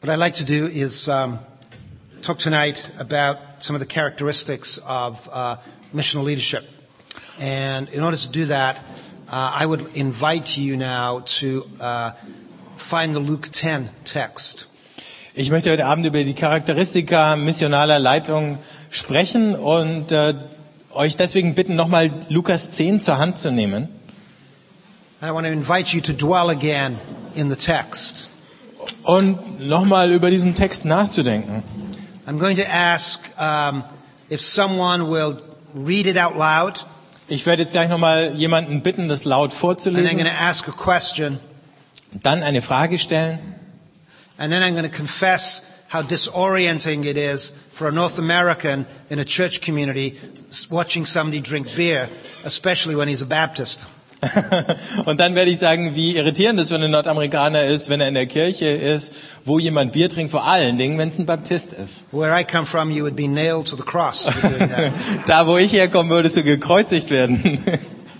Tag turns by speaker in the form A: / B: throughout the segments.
A: What I'd like to do is um, talk tonight about some of the characteristics of uh, missional leadership. And in order to do that, uh, I would invite you now to uh, find the Luke 10 text.
B: Ich möchte heute Abend über die Charakteristika missionaler Leitung sprechen und äh, euch deswegen bitten, nochmal Lukas 10 zur Hand zu nehmen.
A: And I want to invite you to dwell again in the text.
B: und nochmal über diesen Text nachzudenken.
A: I'm going to ask um, if someone will read it out loud,
B: Ich werde jetzt gleich nochmal jemanden bitten, das laut
A: and I'm
B: vorzulesen,
A: going to ask a question,
B: dann eine Frage stellen
A: and then I'm going to confess how disorienting it is for a North American in a church community s- watching somebody drink beer, especially when he's a Baptist.
B: und dann werde ich sagen, wie irritierend es für einen Nordamerikaner ist, wenn er in der Kirche ist, wo jemand Bier trinkt, vor allen Dingen, wenn es ein Baptist ist.
A: Where I come from, you would be nailed to the cross for doing that.
B: Da, wo ich herkomme, würdest du gekreuzigt werden.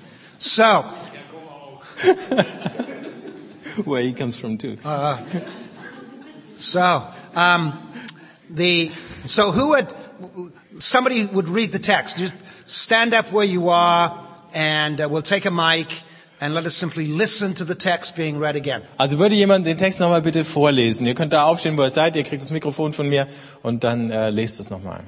A: so,
B: Where he comes from too.
A: so, um, the, so who would, somebody would read the text. Just stand up where you are and uh, we'll take a mic and let us simply listen to the text being read again.
B: Also würde jemand den Text nochmal bitte vorlesen. Ihr könnt da aufstehen, wo ihr seid, ihr kriegt das Mikrofon von mir und dann äh, lest es nochmal.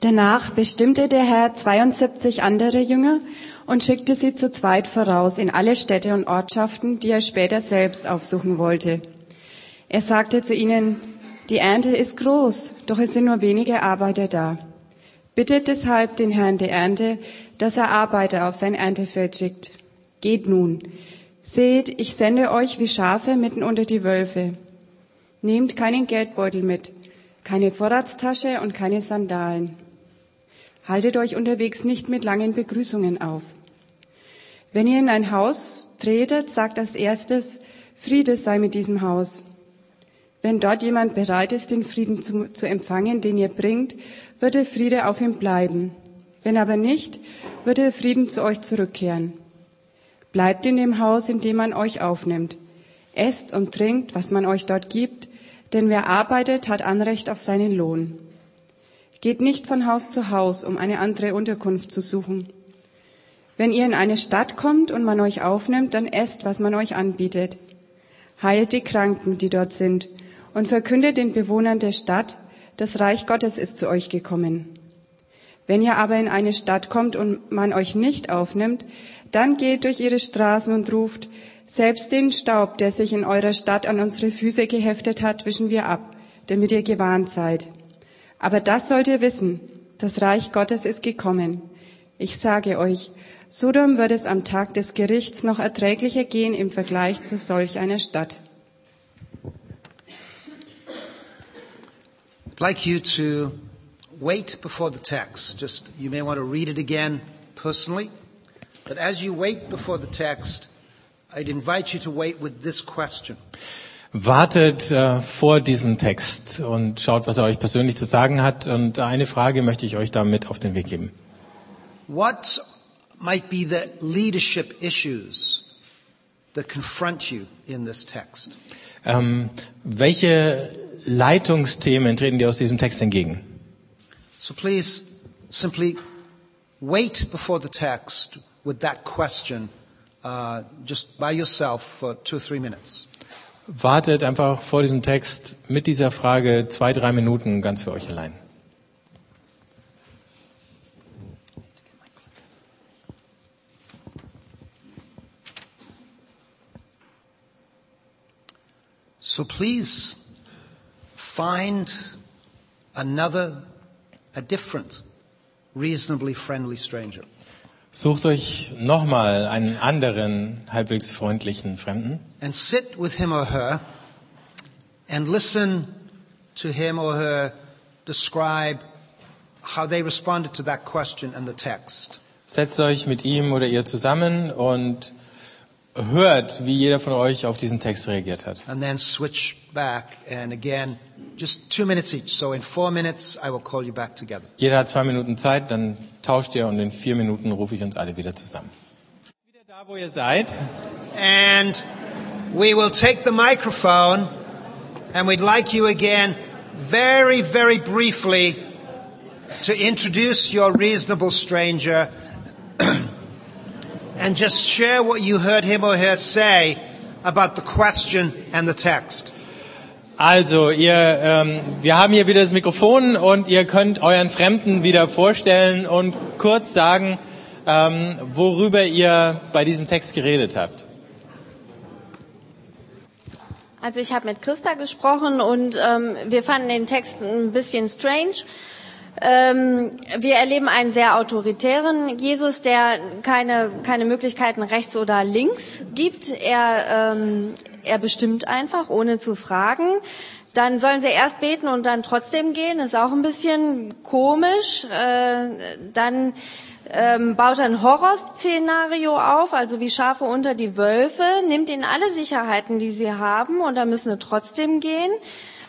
C: Danach bestimmte der Herr 72 andere Jünger und schickte sie zu zweit voraus in alle Städte und Ortschaften, die er später selbst aufsuchen wollte. Er sagte zu ihnen, die Ernte ist groß, doch es sind nur wenige Arbeiter da. Bittet deshalb den Herrn der Ernte, dass er Arbeiter auf sein Erntefeld schickt. Geht nun. Seht, ich sende euch wie Schafe mitten unter die Wölfe. Nehmt keinen Geldbeutel mit, keine Vorratstasche und keine Sandalen. Haltet euch unterwegs nicht mit langen Begrüßungen auf. Wenn ihr in ein Haus tretet, sagt als erstes, Friede sei mit diesem Haus. Wenn dort jemand bereit ist, den Frieden zu, zu empfangen, den ihr bringt, wird der Friede auf ihm bleiben. Wenn aber nicht, wird der Frieden zu euch zurückkehren. Bleibt in dem Haus, in dem man euch aufnimmt. Esst und trinkt, was man euch dort gibt, denn wer arbeitet, hat Anrecht auf seinen Lohn. Geht nicht von Haus zu Haus, um eine andere Unterkunft zu suchen. Wenn ihr in eine Stadt kommt und man euch aufnimmt, dann esst, was man euch anbietet. Heilt die Kranken, die dort sind, und verkündet den Bewohnern der Stadt, das Reich Gottes ist zu euch gekommen. Wenn ihr aber in eine Stadt kommt und man euch nicht aufnimmt, dann geht durch ihre Straßen und ruft, selbst den Staub, der sich in eurer Stadt an unsere Füße geheftet hat, wischen wir ab, damit ihr gewarnt seid. Aber das sollt ihr wissen, das Reich Gottes ist gekommen. Ich sage euch, Sodom wird es am Tag des Gerichts noch erträglicher gehen im Vergleich zu solch einer Stadt.
A: I'd like you to wait before the text. Just you may want to read it again personally, but as you wait before the text, I'd invite you to wait with this question.
B: Wartet äh, vor diesem Text und schaut, was er euch persönlich zu sagen hat. Und eine Frage möchte ich euch damit auf den Weg geben.
A: What might be the leadership issues that confront you in this text?
B: Ähm, welche Leitungsthemen treten dir aus diesem Text entgegen?
A: So please simply wait before the text with that question uh, just by yourself for two or three minutes.
B: Wartet einfach vor diesem Text mit dieser Frage zwei, drei Minuten ganz für euch allein.
A: So please find another, a different, reasonably friendly stranger.
B: Sucht euch nochmal einen anderen halbwegs freundlichen Fremden
A: and sit with him or her and listen to him or her describe how they responded to that question and the text.
B: Setzt euch mit ihm oder ihr zusammen und hört, wie jeder von euch auf diesen Text reagiert hat.
A: And then switch back and again, just two minutes each. So in four minutes, I will call you back together.
B: Jeder hat zwei Minuten Zeit, dann tauscht ihr und in vier Minuten rufe ich uns alle wieder zusammen. Wieder da, wo ihr seid.
A: And we will take the microphone and we'd like you again, very, very briefly, to introduce your reasonable stranger and just share what you heard him or her say about the question and the text.
B: Also, ihr, ähm, wir haben hier wieder das Mikrofon und ihr könnt euren Fremden wieder vorstellen und kurz sagen, ähm, worüber ihr bei diesem Text geredet habt.
D: Also ich habe mit Christa gesprochen und ähm, wir fanden den Text ein bisschen strange. Ähm, wir erleben einen sehr autoritären Jesus, der keine, keine Möglichkeiten rechts oder links gibt. Er, ähm, er bestimmt einfach, ohne zu fragen. Dann sollen sie erst beten und dann trotzdem gehen. Ist auch ein bisschen komisch. Äh, dann ähm, baut ein Horrorszenario auf, also wie Schafe unter die Wölfe, nimmt ihnen alle Sicherheiten, die sie haben, und dann müssen sie trotzdem gehen.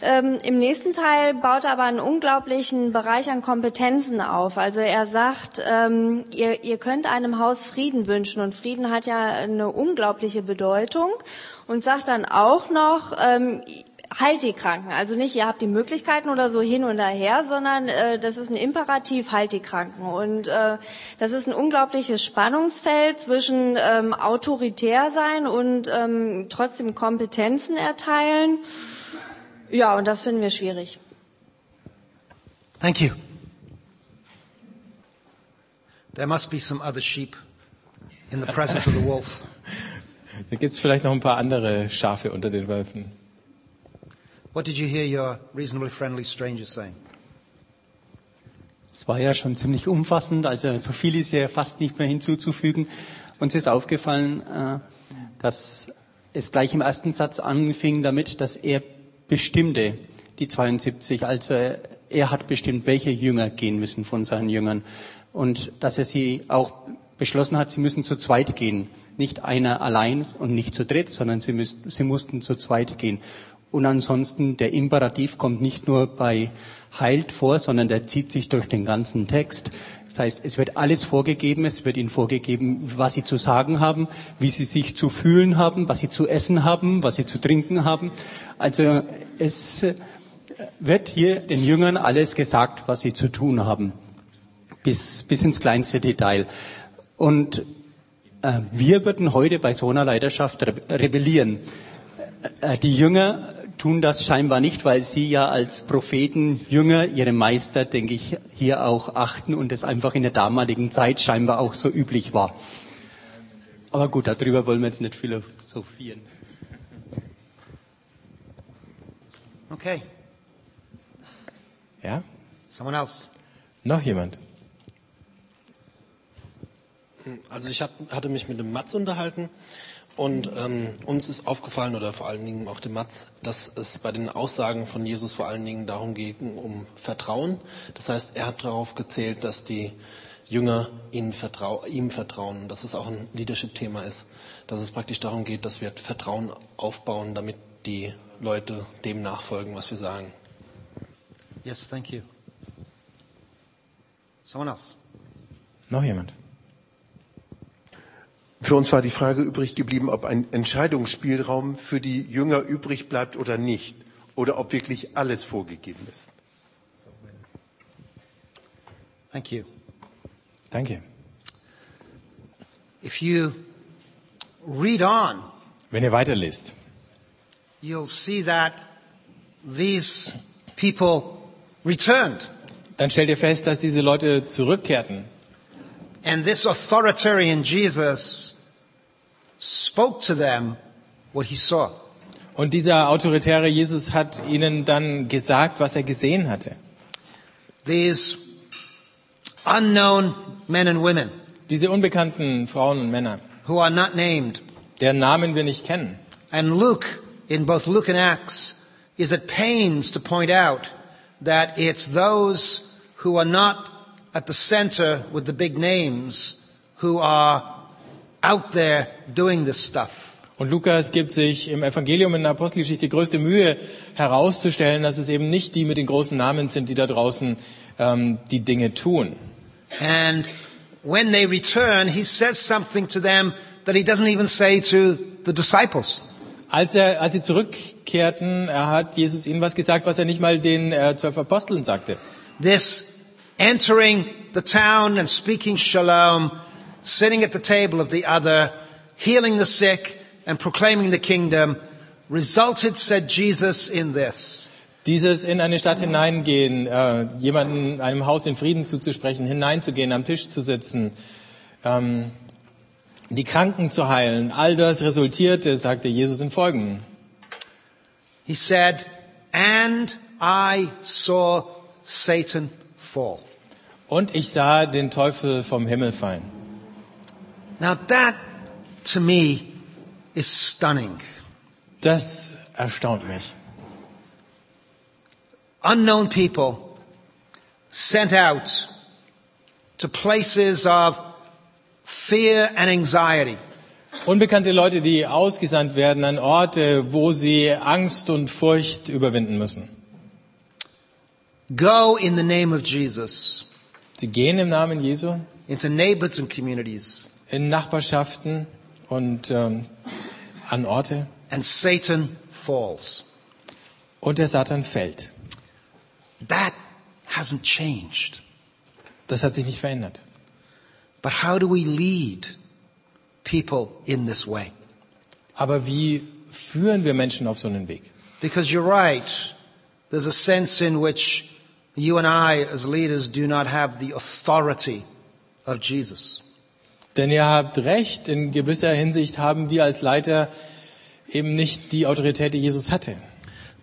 D: Ähm, Im nächsten Teil baut er aber einen unglaublichen Bereich an Kompetenzen auf. Also er sagt, ähm, ihr, ihr könnt einem Haus Frieden wünschen und Frieden hat ja eine unglaubliche Bedeutung und sagt dann auch noch, ähm, heilt die Kranken. Also nicht, ihr habt die Möglichkeiten oder so hin und her, sondern äh, das ist ein Imperativ, heilt die Kranken. Und äh, das ist ein unglaubliches Spannungsfeld zwischen ähm, autoritär sein und ähm, trotzdem Kompetenzen erteilen. Ja, und das finden wir schwierig.
A: Thank you. There must be some other sheep in the presence of the wolf.
B: Da gibt es vielleicht noch ein paar andere Schafe unter den Wölfen.
A: What did you hear your reasonably friendly stranger saying?
E: Es war ja schon ziemlich umfassend, also so viel ist ja fast nicht mehr hinzuzufügen. Uns ist aufgefallen, äh, dass es gleich im ersten Satz anfing damit, dass er bestimmte die 72, also er hat bestimmt, welche Jünger gehen müssen von seinen Jüngern und dass er sie auch beschlossen hat, sie müssen zu zweit gehen, nicht einer allein und nicht zu dritt, sondern sie, müssen, sie mussten zu zweit gehen. Und ansonsten, der Imperativ kommt nicht nur bei heilt vor, sondern der zieht sich durch den ganzen Text. Das heißt, es wird alles vorgegeben, es wird ihnen vorgegeben, was sie zu sagen haben, wie sie sich zu fühlen haben, was sie zu essen haben, was sie zu trinken haben. Also es äh, wird hier den Jüngern alles gesagt, was sie zu tun haben, bis, bis ins kleinste Detail. Und äh, wir würden heute bei so einer Leidenschaft re rebellieren. Äh, Die Jünger tun das scheinbar nicht, weil sie ja als Propheten, Jünger, ihre Meister, denke ich, hier auch achten und es einfach in der damaligen Zeit scheinbar auch so üblich war. Aber gut, darüber wollen wir jetzt nicht philosophieren.
A: Okay,
B: Ja?
A: someone else.
B: Noch jemand?
F: Also ich hab, hatte mich mit dem Mats unterhalten und ähm, uns ist aufgefallen oder vor allen Dingen auch dem Mats, dass es bei den Aussagen von Jesus vor allen Dingen darum ging um Vertrauen. Das heißt, er hat darauf gezählt, dass die Jünger ihnen vertrau ihm vertrauen, und dass es auch ein Leadership-Thema ist, dass es praktisch darum geht, dass wir Vertrauen aufbauen, damit die Leute dem nachfolgen, was wir sagen.
A: Yes, thank you. Someone else.
B: Noch jemand?
G: Für uns war die Frage übrig geblieben, ob ein Entscheidungsspielraum für die Jünger übrig bleibt oder nicht. Oder ob wirklich alles vorgegeben ist.
A: Thank you.
B: Danke.
A: If you read on,
B: Wenn ihr weiterlest,
A: you'll see that these people returned.
B: dann stellt ihr fest, dass diese Leute zurückkehrten.
A: And this authoritarian Jesus spoke to them what he saw.
B: Und dieser autoritäre Jesus hat ihnen dann gesagt, was er gesehen hatte.
A: These unknown men and women
B: Diese unbekannten Frauen und Männer,
A: who are not named.
B: deren Namen wir nicht kennen.
A: And Luke, in both Luke and Acts, is at pains to point out that it's those who are not at the center with the big names who are out there doing this stuff.
B: Und Lukas gibt sich im Evangelium in der Apostelgeschichte größte Mühe herauszustellen, dass es eben nicht die mit den großen Namen sind, die da draußen ähm, die Dinge tun.
A: And when they return, he says something to them that he doesn't even say to the disciples.
B: Als, er, als sie zurückkehrten, er hat Jesus ihnen was gesagt, was er nicht mal den äh, zwölf Aposteln sagte.
A: This entering the town and speaking shalom, sitting at the table of the other, healing the sick and proclaiming the kingdom, resulted, said Jesus, in this.
B: Dieses in eine Stadt hineingehen, äh, jemanden einem Haus in Frieden zuzusprechen, hineinzugehen, am Tisch zu sitzen, ähm, die Kranken zu heilen, all das resultierte, sagte Jesus in Folgen.
A: He said, and I saw Satan fall.
B: Und ich sah den Teufel vom Himmel fallen.
A: Now that, to me, is stunning.
B: Das erstaunt mich.
A: unknown people sent out to places of fear and anxiety,
B: Unbekannte Leute, die ausgesandt werden an Orte, wo sie Angst und Furcht überwinden müssen.
A: go in the name of Jesus
B: Sie gehen im Namen Jesu
A: into neighborhoods and communities,
B: in Nachbarschaften und ähm, an Orte
A: and Satan falls.
B: und der Satan fällt.
A: That hasn't changed.
B: Das hat sich nicht verändert.
A: But how do we lead people in this way?
B: Aber wie führen wir Menschen auf so einen Weg?
A: Because you're right, there's a sense in which you and I, as leaders, do not have the authority of Jesus.
B: Denn ihr habt recht, in gewisser Hinsicht haben wir als Leiter eben nicht die Autorität, die Jesus hatte.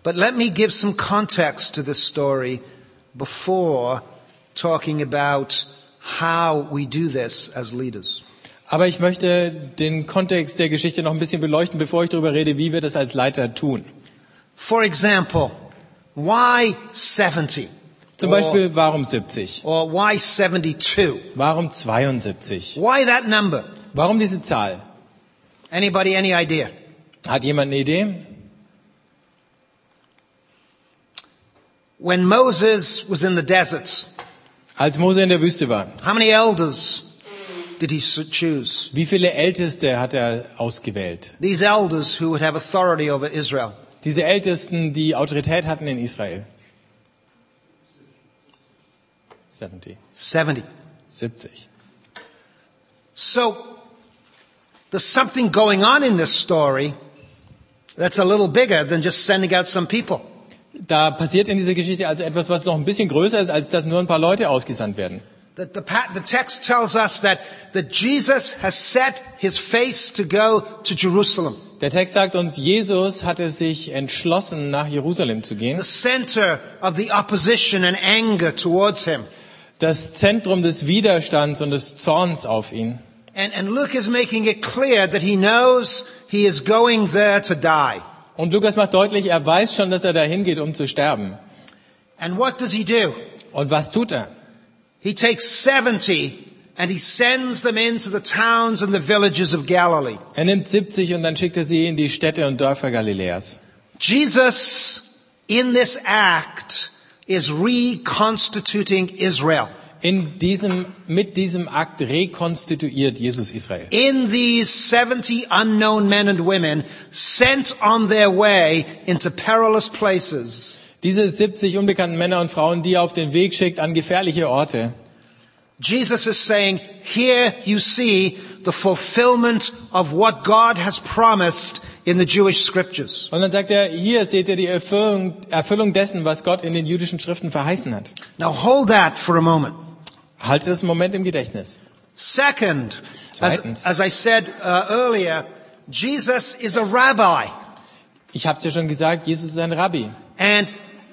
A: But let me give some context to this story before talking about how we do this as leaders.
B: Aber ich möchte den Kontext der Geschichte noch ein bisschen beleuchten, bevor ich darüber rede, wie wir das als Leiter tun.
A: For example, why 70?
B: Zum
A: Or-
B: Beispiel, warum 70?
A: Or why 72?
B: Warum 72?
A: Why that number?
B: Warum diese Zahl?
A: Anybody any idea?
B: Hat jemand eine Idee?
A: When Moses was in the desert,
B: Als Mose in der Wüste war,
A: how many elders did he s- choose?
B: wie viele Älteste hat er ausgewählt?
A: These elders who would have authority over Israel.
B: Diese Ältesten, die Autorität hatten in Israel. 70.
A: 70.
B: 70.
A: So there's something going on in this story that's a little bigger than just sending out some people.
B: Da passiert in dieser Geschichte also etwas, was noch ein bisschen größer ist, als dass nur ein paar Leute ausgesandt werden.
A: The, the, pa- the text tells us that, that Jesus has set his face to go to Jerusalem,
B: Der Text sagt uns, Jesus hatte sich entschlossen, nach Jerusalem zu gehen.
A: the center of the opposition and anger towards him.
B: Das Zentrum des Widerstands und des Zorns auf ihn.
A: And, and Luke is making it clear that he knows he is going there to die.
B: Und Lukas macht deutlich, er weiß schon, dass er dahin geht, um zu sterben.
A: And what does he do?
B: Und was tut er?
A: He takes 70 and he sends them into the towns and the villages of Galilee.
B: Er nimmt 70 und dann schickt er sie in die Städte und Dörfer Galiläas.
A: Jesus, in this act, is reconstituting Israel.
B: In diesem, mit diesem Akt rekonstituiert Jesus Israel.
A: In these 70 unknown men and women sent on their way into perilous places,
B: Diese 70 unbekannten Männer und Frauen, die er auf den Weg schickt an gefährliche Orte.
A: Jesus is saying, here you see the fulfillment of what God has promised in the Jewish scriptures.
B: Und dann sagt er, hier seht ihr die Erfüllung, Erfüllung dessen, was Gott in den jüdischen Schriften verheißen hat.
A: Now hold that for a moment.
B: Haltet das einen Moment im Gedächtnis.
A: Second,
B: Zweitens.
A: as, as I said uh, earlier, Jesus is a rabbi.
B: Ich habe es ja schon gesagt, Jesus ist ein Rabbi.
A: And,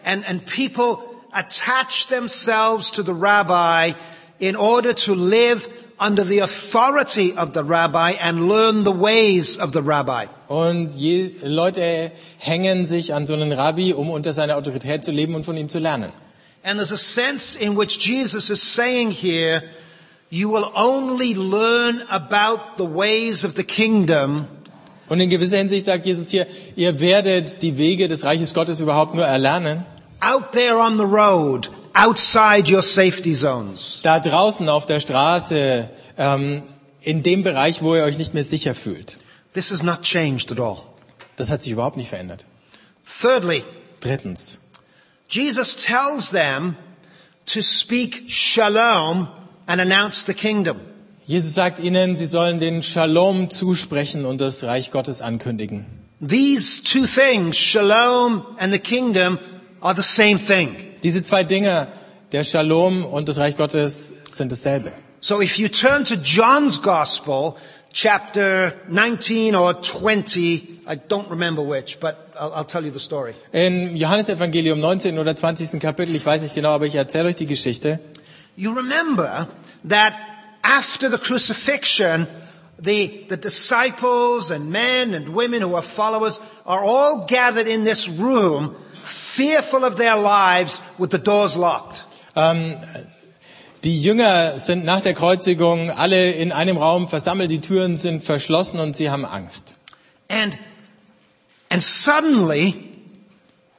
A: and, and people attach themselves to the rabbi in order to live under the authority of the rabbi and learn the ways of the rabbi.
B: Und je, Leute hängen sich an so einen Rabbi, um unter seiner Autorität zu leben und von ihm zu lernen.
A: And there's a sense in which Jesus is saying here, you will only learn about the ways of the kingdom
B: Und in gewisser Hinsicht sagt Jesus hier, ihr werdet die Wege des Reiches Gottes überhaupt nur erlernen,
A: out there on the road, outside your safety zones.
B: da draußen auf der Straße, ähm, in dem Bereich, wo ihr euch nicht mehr sicher fühlt.
A: This has not changed at all.
B: Das hat sich überhaupt nicht verändert.
A: Thirdly,
B: Drittens.
A: Jesus tells them to speak shalom and announce the kingdom.
B: Jesus sagt ihnen, sie sollen den Shalom zusprechen und das Reich Gottes ankündigen.
A: These two things, shalom and the kingdom, are the same thing.
B: Diese zwei Dinge, der Shalom und das Reich Gottes, sind dasselbe.
A: So if you turn to John's gospel, chapter 19 or 20, I don't remember which, but I'll, I'll tell you the story.
B: Im Johannesevangelium 19 oder 20. Kapitel, ich weiß nicht genau, aber ich erzähle euch die Geschichte.
A: You remember that after the crucifixion, the, the disciples and men and women who are followers are all gathered in this room, fearful of their lives with the doors locked.
B: Die Jünger sind nach der Kreuzigung alle in einem Raum versammelt, die Türen sind verschlossen und sie haben Angst.
A: And, and suddenly,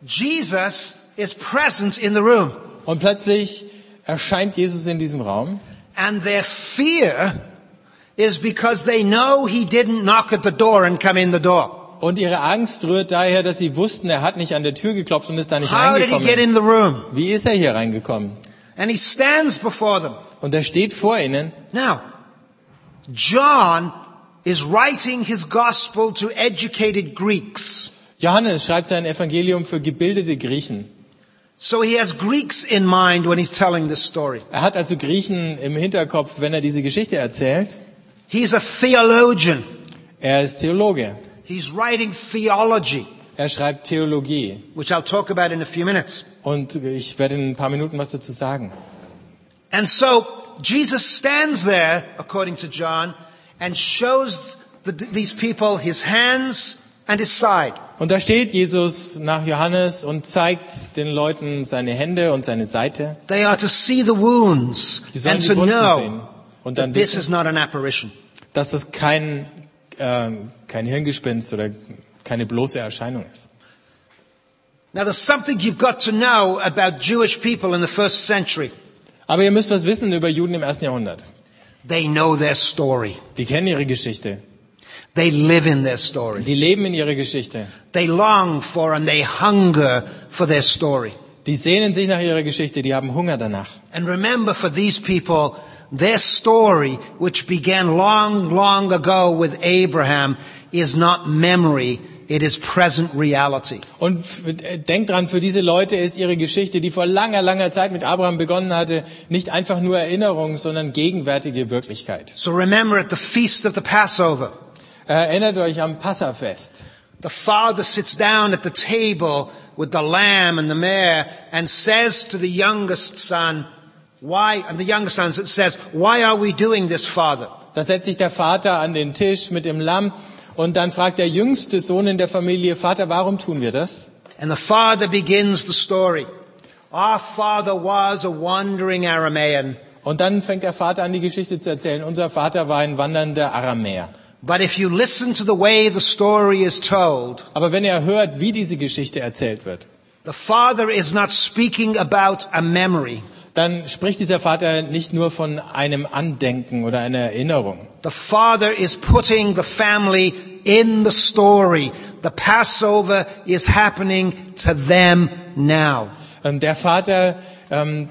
A: Jesus is present in the room
B: Und plötzlich erscheint Jesus in diesem Raum
A: and their fear is because they know he didn't knock at the door and come in the door.
B: und ihre Angst rührt daher, dass sie wussten, er hat nicht an der Tür geklopft und ist da nicht
A: How did he get
B: reingekommen.
A: in the room?
B: Wie ist er hier reingekommen?
A: And he stands before them.
B: Und er steht vor ihnen
A: Now, John is writing his gospel to educated Greeks.
B: Johannes schreibt sein Evangelium für gebildete Griechen.
A: So he has Greeks in mind when he's telling this story.
B: Er hat also Griechen im Hinterkopf, wenn er diese Geschichte erzählt.
A: He's a theologian.
B: Er ist Theologe.
A: He's writing theology,
B: Er schreibt Theologie.
A: which I'll talk about in a few minutes.
B: Und ich werde in ein paar Minuten was dazu sagen.
A: And so Jesus stands there, according to John, and shows the, these people his hands and his side.
B: Und da steht Jesus nach Johannes und zeigt den Leuten seine Hände und seine Seite.
A: They are to see the wounds
B: Die sollen
A: and
B: die
A: to
B: Wunden sehen.
A: know
B: Und
A: that
B: dann
A: this
B: wissen,
A: is not an apparition.
B: dass das kein, äh, kein Hirngespinst oder keine bloße Erscheinung ist.
A: Now there's something you've got to know about Jewish people in the first century.
B: Aber ihr müsst was wissen über Juden im ersten Jahrhundert.
A: They know their story.
B: Die kennen ihre Geschichte.
A: They live in their story.
B: Die leben in ihrer Geschichte.
A: They long for and they hunger for their story.
B: Die sehnen sich nach ihrer Geschichte, die haben Hunger danach.
A: And remember for these people, their story, which began long, long ago with Abraham, is not memory, it is present reality.
B: Und f- äh, denkt dran, für diese Leute ist ihre Geschichte, die vor langer, langer Zeit mit Abraham begonnen hatte, nicht einfach nur Erinnerung, sondern gegenwärtige Wirklichkeit.
A: So remember at the feast of the Passover,
B: Erinnert euch am Passafest.
A: the father sits down at the table with the lamb and the mare and says to the youngest son, why, and the youngest son says, why are we doing this, father?
B: Da setzt sich der Vater an den Tisch mit dem Lamm und dann fragt der jüngste Sohn in der Familie, Vater, warum tun wir das?
A: And the father begins the story. Our father was a wandering Aramean.
B: Und dann fängt der Vater an, die Geschichte zu erzählen. Unser Vater war ein wandernder Aramäer.
A: But if you listen to the way the story is told,
B: Aber wenn ihr hört, wie diese Geschichte erzählt wird,
A: the father is not speaking about a memory.
B: dann spricht dieser Vater nicht nur von einem Andenken oder einer Erinnerung.
A: The father is putting the family in the story. The Passover is happening to them now.
B: Ähm, Der Vater ähm,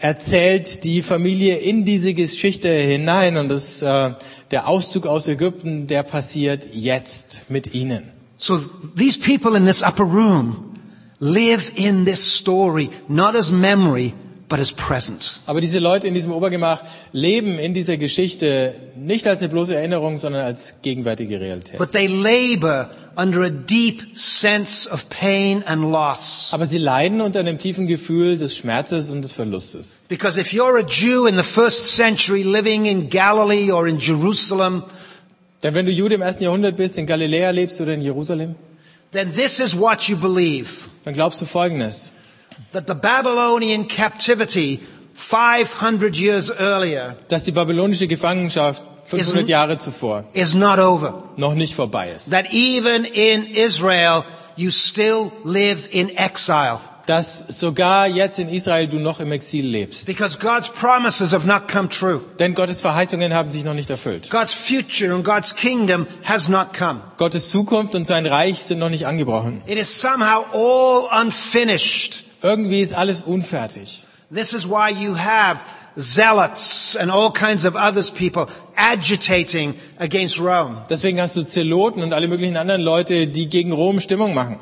B: erzählt die Familie in diese Geschichte hinein und das, äh, der Auszug aus Ägypten, der passiert jetzt mit ihnen.
A: So these people in this upper room live in this story, not as memory, but as present.
B: Aber diese Leute in diesem Obergemach leben in dieser Geschichte nicht als eine bloße Erinnerung, sondern als gegenwärtige Realität.
A: But they labor under a deep sense of pain and loss.
B: Aber sie leiden unter einem tiefen Gefühl des Schmerzes und des Verlustes.
A: Because if you're a Jew in the first century living in Galilee or in Jerusalem,
B: Denn wenn du Jude im ersten Jahrhundert bist, in Galiläa lebst oder in Jerusalem,
A: then this is what you believe.
B: dann glaubst du Folgendes.
A: That the Babylonian captivity 500 years earlier
B: dass die babylonische Gefangenschaft 500
A: Ist-
B: Jahre zuvor
A: is not over.
B: noch nicht vorbei ist.
A: That even in Israel, you still live in exile.
B: dass sogar jetzt in Israel du noch im Exil lebst.
A: because God's promises have not come true.
B: Denn Gottes Verheißungen haben sich noch nicht erfüllt.
A: God's future and God's kingdom has not come.
B: Gottes Zukunft und sein Reich sind noch nicht angebrochen.
A: It is somehow all unfinished.
B: Irgendwie ist alles unfertig.
A: This is why you have zealots and all kinds of other people agitating against Rome.
B: Deswegen hast du Zeloten und alle möglichen anderen Leute, die gegen Rom Stimmung machen.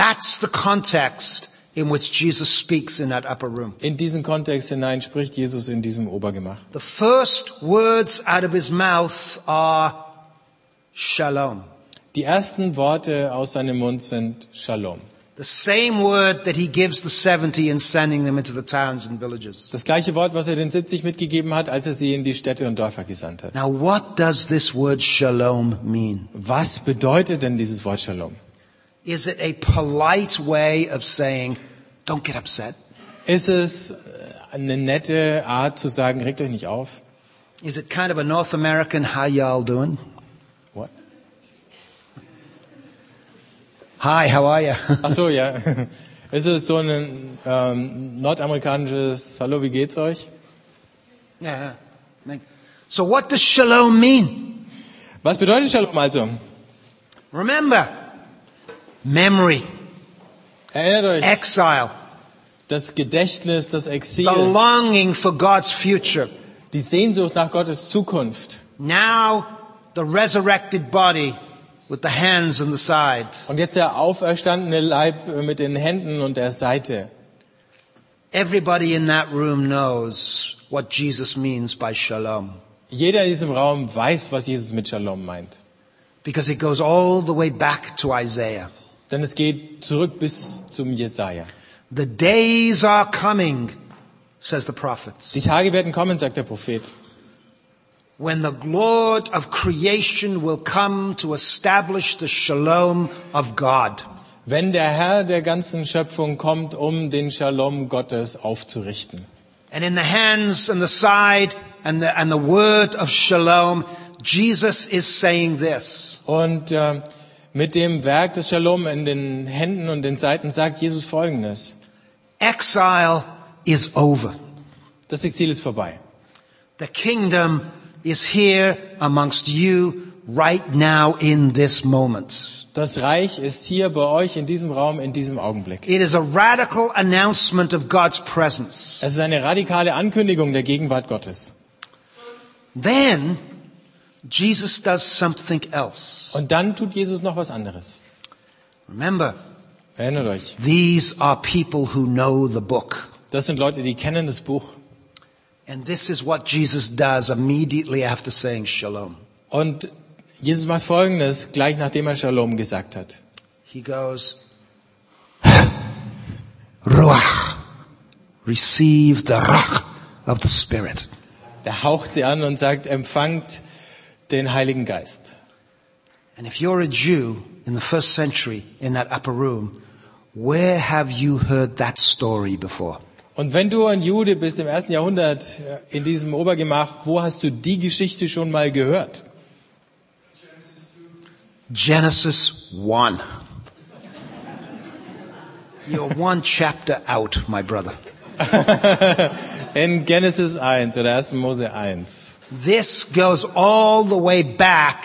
A: That's the context in which Jesus speaks in that upper room.
B: In diesen Kontext hinein spricht Jesus in diesem Obergemach.
A: The first words out of his mouth are shalom.
B: Die ersten Worte aus seinem Mund sind Shalom.
A: The same word that he gives the 70 in sending them into the towns and villages.
B: Das gleiche Wort, was er den 70 mitgegeben hat, als er sie in die Städte und Dörfer gesandt hat.
A: Now what does this word shalom mean?
B: Was bedeutet denn dieses Wort Shalom?
A: Is it a polite way of saying, don't get upset?
B: Ist es äh, eine nette Art zu sagen, regt euch nicht auf?
A: Is it kind of a North American, how y'all doing?
B: What?
A: Hi, how are you?
B: Ach so, ja. Ist es so ein ähm, nordamerikanisches Hallo, wie geht's euch?
A: yeah. So what does shalom mean?
B: Was bedeutet Shalom also?
A: Remember, memory,
B: Erinnert euch,
A: exile,
B: das Gedächtnis, das
A: the
B: Exil,
A: longing for God's future.
B: die Sehnsucht nach Gottes Zukunft.
A: Now, the resurrected body with the hands and the side.
B: Und jetzt der auferstandene Leib mit den Händen und der Seite.
A: Everybody in that room knows what Jesus means by shalom.
B: Jeder in diesem Raum weiß, was Jesus mit Shalom meint.
A: Because it goes all the way back to Isaiah.
B: Denn es geht zurück bis zum Jesaja.
A: The days are coming, says the prophets,
B: Die Tage werden kommen, sagt der Prophet,
A: when the Lord of creation will come to establish the shalom of God.
B: wenn der Herr der ganzen Schöpfung kommt, um den Shalom Gottes aufzurichten.
A: And in the hands and the side and the, and the word of shalom, Jesus is saying this.
B: Und äh, mit dem Werk des Shalom in den Händen und den Seiten sagt Jesus Folgendes.
A: Exile is over.
B: Das Exil ist vorbei.
A: The kingdom is here amongst you right now in this moment.
B: Das Reich ist hier bei euch in diesem Raum, in diesem Augenblick.
A: It is a radical announcement of God's presence.
B: Es ist eine radikale Ankündigung der Gegenwart Gottes.
A: Then Jesus does something else.
B: Und dann tut Jesus noch was anderes.
A: Remember,
B: Erinnert euch.
A: these are people who know the book.
B: Das sind Leute, die kennen das Buch.
A: And this is what Jesus does immediately after saying shalom.
B: Und Jesus macht Folgendes, gleich nachdem er Shalom gesagt hat.
A: He goes, Ruach, receive the Ruach of the Spirit.
B: Er haucht sie an und sagt, empfangt den Heiligen Geist.
A: And if you're a Jew in the first century in that upper room, where have you heard that story before?
B: Und wenn du ein Jude bist im ersten Jahrhundert äh, in diesem Obergemach, wo hast du die Geschichte schon mal gehört?
A: Genesis 1. You're one chapter out, my brother.
B: In Genesis 1 oder 1. Mose 1.
A: This goes all the way back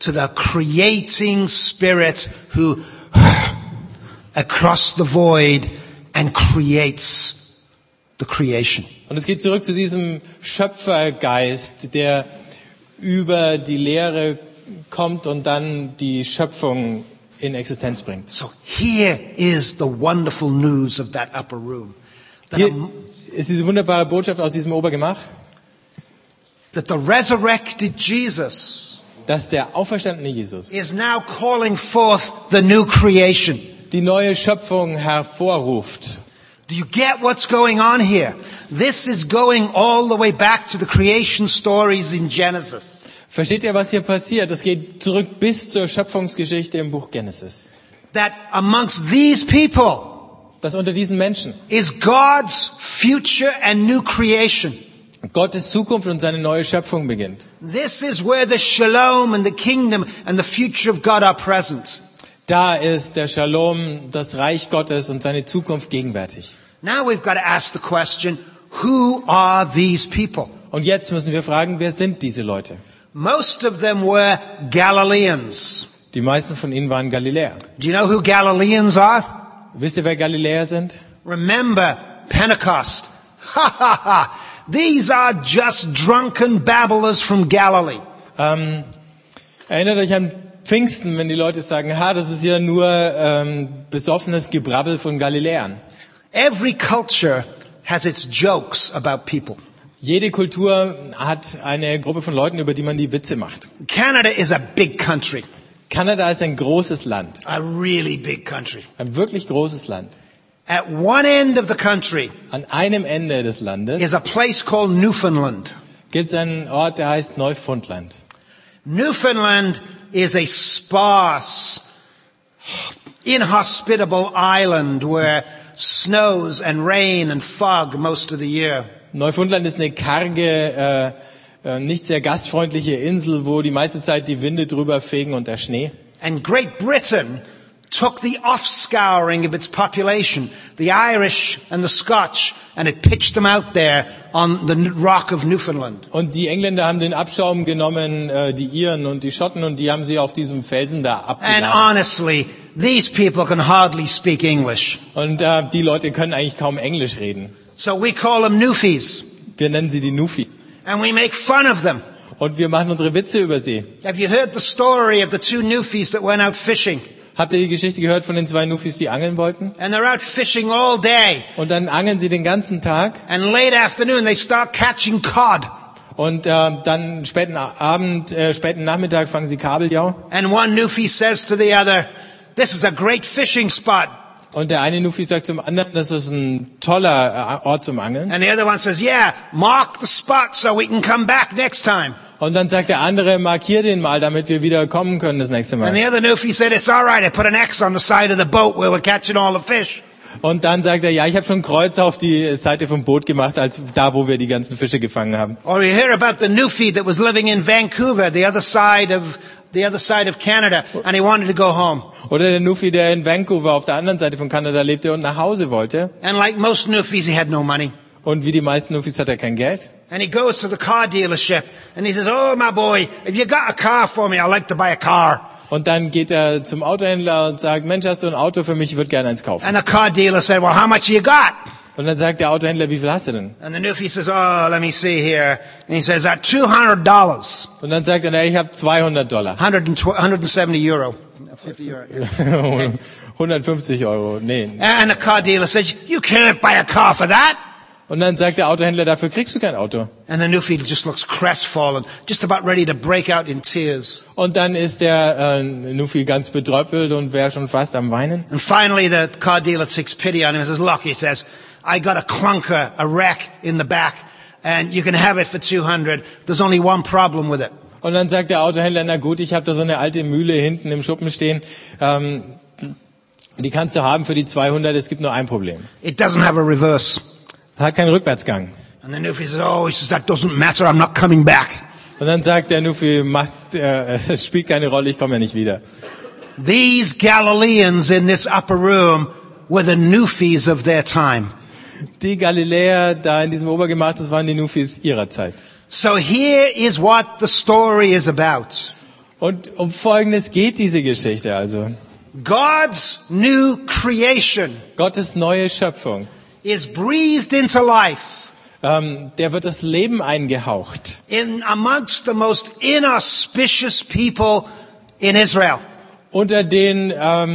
A: to the creating spirit who across the void and creates the creation.
B: Und es geht zurück zu diesem Schöpfergeist, der über die Lehre kommt und dann die Schöpfung in Existenz bringt.
A: So here is the wonderful news of that upper room. That,
B: Hier
A: am-
B: ist diese wunderbare Botschaft aus diesem Obergemach,
A: that the resurrected Jesus
B: dass der auferstandene Jesus
A: is now calling forth the new creation.
B: die neue Schöpfung hervorruft.
A: Do you get what's going on here? This is going all the way back to the creation stories in Genesis.
B: Versteht ihr, was hier passiert? Das geht zurück bis zur Schöpfungsgeschichte im Buch Genesis.
A: That amongst these people
B: Dass unter diesen Menschen
A: is God's future and new creation.
B: Gottes Zukunft und seine neue Schöpfung beginnt.
A: This is where the shalom and the kingdom and the future of God are present.
B: Da ist der Shalom, das Reich Gottes und seine Zukunft gegenwärtig.
A: Now we've got to ask the question, who are these people?
B: Und jetzt müssen wir fragen, wer sind diese Leute?
A: Most of them were Galileans.
B: Die meisten von ihnen waren Galiläer.
A: Do you know who Galileans are?
B: Wisst ihr, wer Galiläer sind?
A: Remember Pentecost. Ha ha ha. These are just drunken babblers from Galilee.
B: Ähm, erinnert euch an Pfingsten, wenn die Leute sagen, ha, das ist ja nur ähm, besoffenes Gebrabbel von Galiläern.
A: Every culture has its jokes about people.
B: Jede Kultur hat eine Gruppe von Leuten, über die man die Witze macht.
A: Canada is a big country.
B: Kanada ist ein großes Land,
A: A really big country.
B: ein wirklich großes Land.
A: At one end of the country
B: An einem Ende des Landes
A: is a place called Newfoundland.
B: gibt es einen Ort, der heißt Neufundland.
A: Newfoundland is a sparse, inhospitable island where snows and rain and fog most of the year.
B: Neufundland ist eine karge, äh, äh, nicht sehr gastfreundliche Insel, wo die meiste Zeit die Winde drüber fegen und der Schnee.
A: And Great Britain took the offscouring of its population, the Irish and the Scotch, and it pitched them out there on the n- rock of Newfoundland.
B: Und die Engländer haben den Abschaum genommen, äh, die Iren und die Schotten, und die haben sie auf diesem Felsen da
A: And
B: abgeladen.
A: honestly, these people can hardly speak English.
B: Und äh, die Leute können eigentlich kaum Englisch reden.
A: So we call them Newfies,
B: Wir nennen sie die Nufis.
A: and we make fun of them.
B: Und wir machen unsere Witze über sie.
A: Have you heard the story of the two Newfies that went out fishing?
B: Habt ihr die Geschichte gehört von den zwei Nufis, die angeln wollten?
A: And they're out fishing all day.
B: Und dann angeln sie den ganzen Tag
A: And late afternoon, they start catching cod.
B: und äh, dann späten A- Abend, äh, späten Nachmittag fangen sie Kabeljau.
A: And one Newfie says to the other, this is a great fishing spot.
B: Und der eine Nufi sagt zum anderen, das ist ein toller äh, Ort zum Angeln.
A: And the other one says, yeah, mark the spot so we can come back next time.
B: Und dann sagt der andere, markier den mal, damit wir wieder kommen können das nächste
A: And
B: Mal.
A: the other Newfie said, it's all right. I put an X on the side of the boat where we're catching all the fish.
B: Und dann sagt er, ja, ich habe schon ein Kreuz auf die Seite vom Boot gemacht, als da, wo wir die ganzen Fische gefangen haben.
A: Or you hear about the Newfie that was living in Vancouver, the other side of, the other side of Canada, and he wanted to go home.
B: Oder der Nufi, der in Vancouver auf der anderen Seite von Kanada lebte und nach Hause wollte.
A: And like most Newfies, he had no money.
B: Und wie die meisten Nufis hat er kein Geld.
A: And he goes to the car dealership and he says, Oh, my boy, if you got a car for me, I'd like to buy a car.
B: Und dann geht er zum Autohändler und sagt, Mensch, hast du ein Auto für mich? Ich würde gerne eins kaufen.
A: And the car dealer said, Well, how much you got?
B: Und dann sagt der Autohändler, wie viel hast du denn?
A: And the newfie says, Oh, let me see here. And he says, At $200, 120,
B: Und dann sagt er, na, ich habe 200 Dollar.
A: 170 euro. 50 euro.
B: 150 Euro, nee.
A: And the car dealer says, You can't buy a car for that.
B: Und dann sagt der Autohändler, dafür kriegst du kein Auto.
A: And the newfie just looks crestfallen, just about ready to break out in tears.
B: Und dann ist der äh, Nufi ganz betröppelt und wäre schon fast am Weinen.
A: And finally, the car dealer takes pity on him and says, Look, he says, I got a clunker, a wreck in the back, and you can have it for 200. There's only one problem with it.
B: Und dann sagt der Autohändler, na gut, ich habe da so eine alte Mühle hinten im Schuppen stehen. Ähm, die kannst du haben für die 200, es gibt nur ein Problem.
A: It doesn't have a reverse.
B: Hat keinen Rückwärtsgang.
A: And the newfie says, Oh, he says, That doesn't matter. I'm not coming back.
B: Und dann sagt der Nufi, macht, äh, es spielt keine Rolle, ich komme ja nicht wieder.
A: These Galileans in this upper room were the newfies of their time.
B: Die Galiläer da in diesem Obergemach, das waren die Nufis ihrer Zeit.
A: So here is what the story is about.
B: Und um Folgendes geht diese Geschichte also.
A: God's new creation
B: Gottes neue Schöpfung.
A: is breathed into life
B: Ähm, der wird das Leben eingehaucht
A: in amongst the most inauspicious people in Israel.
B: unter den ähm,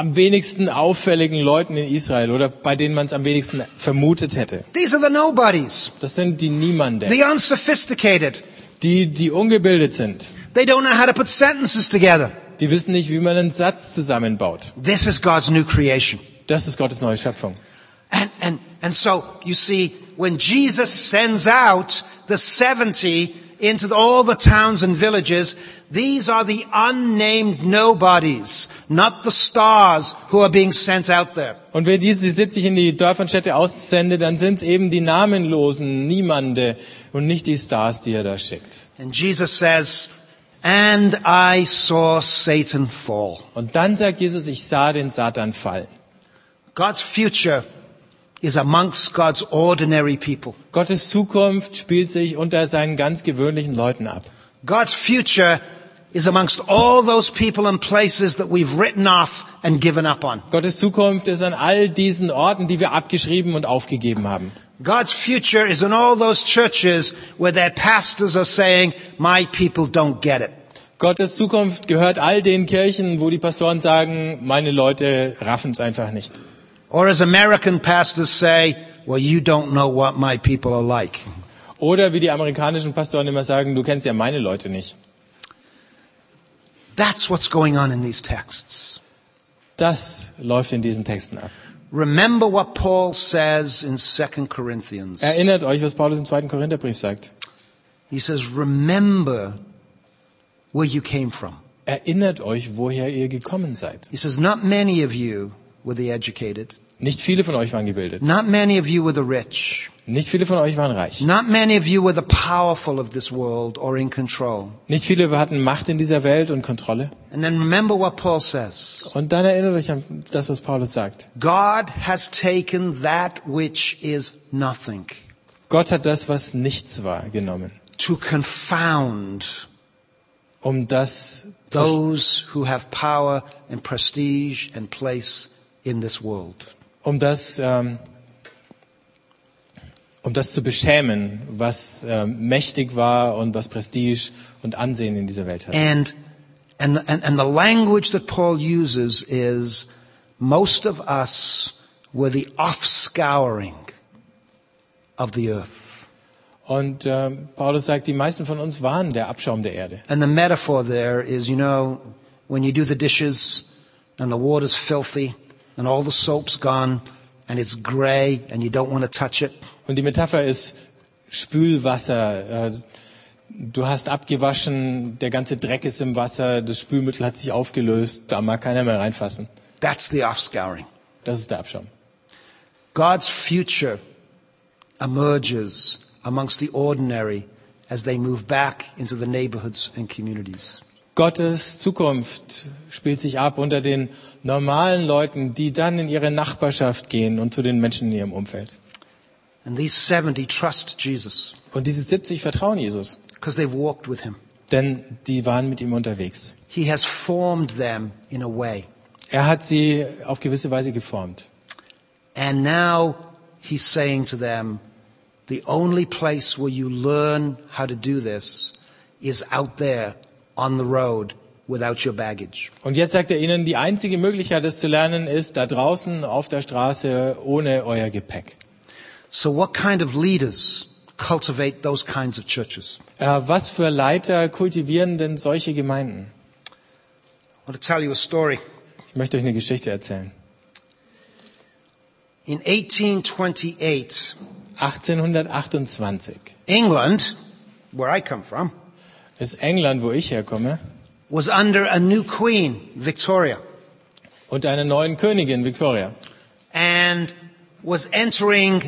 B: am wenigsten auffälligen Leuten in Israel oder bei denen man es am wenigsten vermutet hätte.
A: These are the nobodies,
B: Das sind die Niemanden,
A: the unsophisticated.
B: die die ungebildet sind.
A: They don't know how to put sentences together.
B: Die wissen nicht, wie man einen Satz zusammenbaut.
A: This is God's new creation.
B: Das ist Gottes neue Schöpfung.
A: And, and, and so you see, when Jesus sends out the 70 into the- all the towns and villages, these are the unnamed nobodies, not the stars who are being sent out there.
B: Und wenn diese 70 in die Dörfer und Städte aussendet, dann sind es eben die namenlosen Niemande und nicht die Stars, die er da schickt.
A: And Jesus says, And I saw Satan fall.
B: Und dann sagt Jesus, ich sah den Satan fallen.
A: God's future is amongst God's ordinary people.
B: Gottes Zukunft spielt sich unter seinen ganz gewöhnlichen Leuten ab.
A: God's future is amongst all those people and places that we've written off and given up on.
B: Gottes Zukunft ist an all diesen Orten, die wir abgeschrieben und aufgegeben haben.
A: God's future is in all those churches where their pastors are saying, my people don't get it.
B: Gottes Zukunft gehört all den Kirchen, wo die Pastoren sagen, meine Leute raffen es einfach nicht.
A: Or as American pastors say, well, you don't know what my people are like.
B: Oder wie die amerikanischen Pastoren immer sagen, du kennst ja meine Leute nicht.
A: That's what's going on in these texts.
B: Das läuft in diesen Texten ab.
A: Remember what Paul says in 2 Corinthians.
B: Erinnert euch, was Paulus im zweiten Korintherbrief sagt.
A: He says, remember where you came from.
B: Erinnert euch, woher ihr gekommen seid.
A: He says, not many of you were the educated.
B: Nicht viele von euch waren gebildet.
A: Not many of you were the rich.
B: Nicht viele von euch waren reich.
A: Not many of you were the powerful of this world or in control.
B: Nicht viele hatten Macht in dieser Welt und Kontrolle.
A: And then remember what Paul says.
B: Und dann erinnert euch an das, was Paulus sagt.
A: God has taken that which is nothing
B: Gott hat das, was nichts war, genommen,
A: to confound
B: um das zu,
A: those who have power and prestige and place in this world.
B: um das, ähm, um das zu beschämen, was ähm, mächtig war und was Prestige und Ansehen in dieser Welt hat.
A: And, and, and, and the language that Paul uses is most of us were the offscouring of the earth.
B: Und ähm, Paulus sagt, die meisten von uns waren der Abschaum der Erde.
A: And the metaphor there is, you know, when you do the dishes and the water's filthy and all the soap's gone and it's gray and you don't want to touch it.
B: Und die Metapher ist Spülwasser. Äh, Du hast abgewaschen, der ganze Dreck ist im Wasser, das Spülmittel hat sich aufgelöst, da mag keiner mehr reinfassen.
A: That's the offscouring.
B: Das ist der Abschaum.
A: God's future emerges amongst the ordinary as they move back into the neighborhoods and communities.
B: Gottes Zukunft spielt sich ab unter den normalen Leuten, die dann in ihre Nachbarschaft gehen und zu den Menschen in ihrem Umfeld.
A: And these 70 trust Jesus
B: Und diese 70 vertrauen Jesus,
A: because they've walked with him.
B: denn die waren mit ihm unterwegs.
A: He has formed them in a way.
B: Er hat sie auf gewisse Weise geformt.
A: And now he's saying to them, the only place where you learn how to do this is out there on the road without your baggage.
B: Und jetzt sagt er ihnen, die einzige Möglichkeit, das zu lernen, ist da draußen auf der Straße ohne euer Gepäck.
A: So what kind of leaders cultivate those kinds of churches?
B: Äh, was für Leiter kultivieren denn solche Gemeinden?
A: I want to tell you a story.
B: Ich möchte euch eine Geschichte erzählen.
A: In 1828,
B: 1828
A: England, where I come from,
B: ist England, wo ich herkomme,
A: was under a new queen, Victoria,
B: und einer neuen Königin, Victoria.
A: and was entering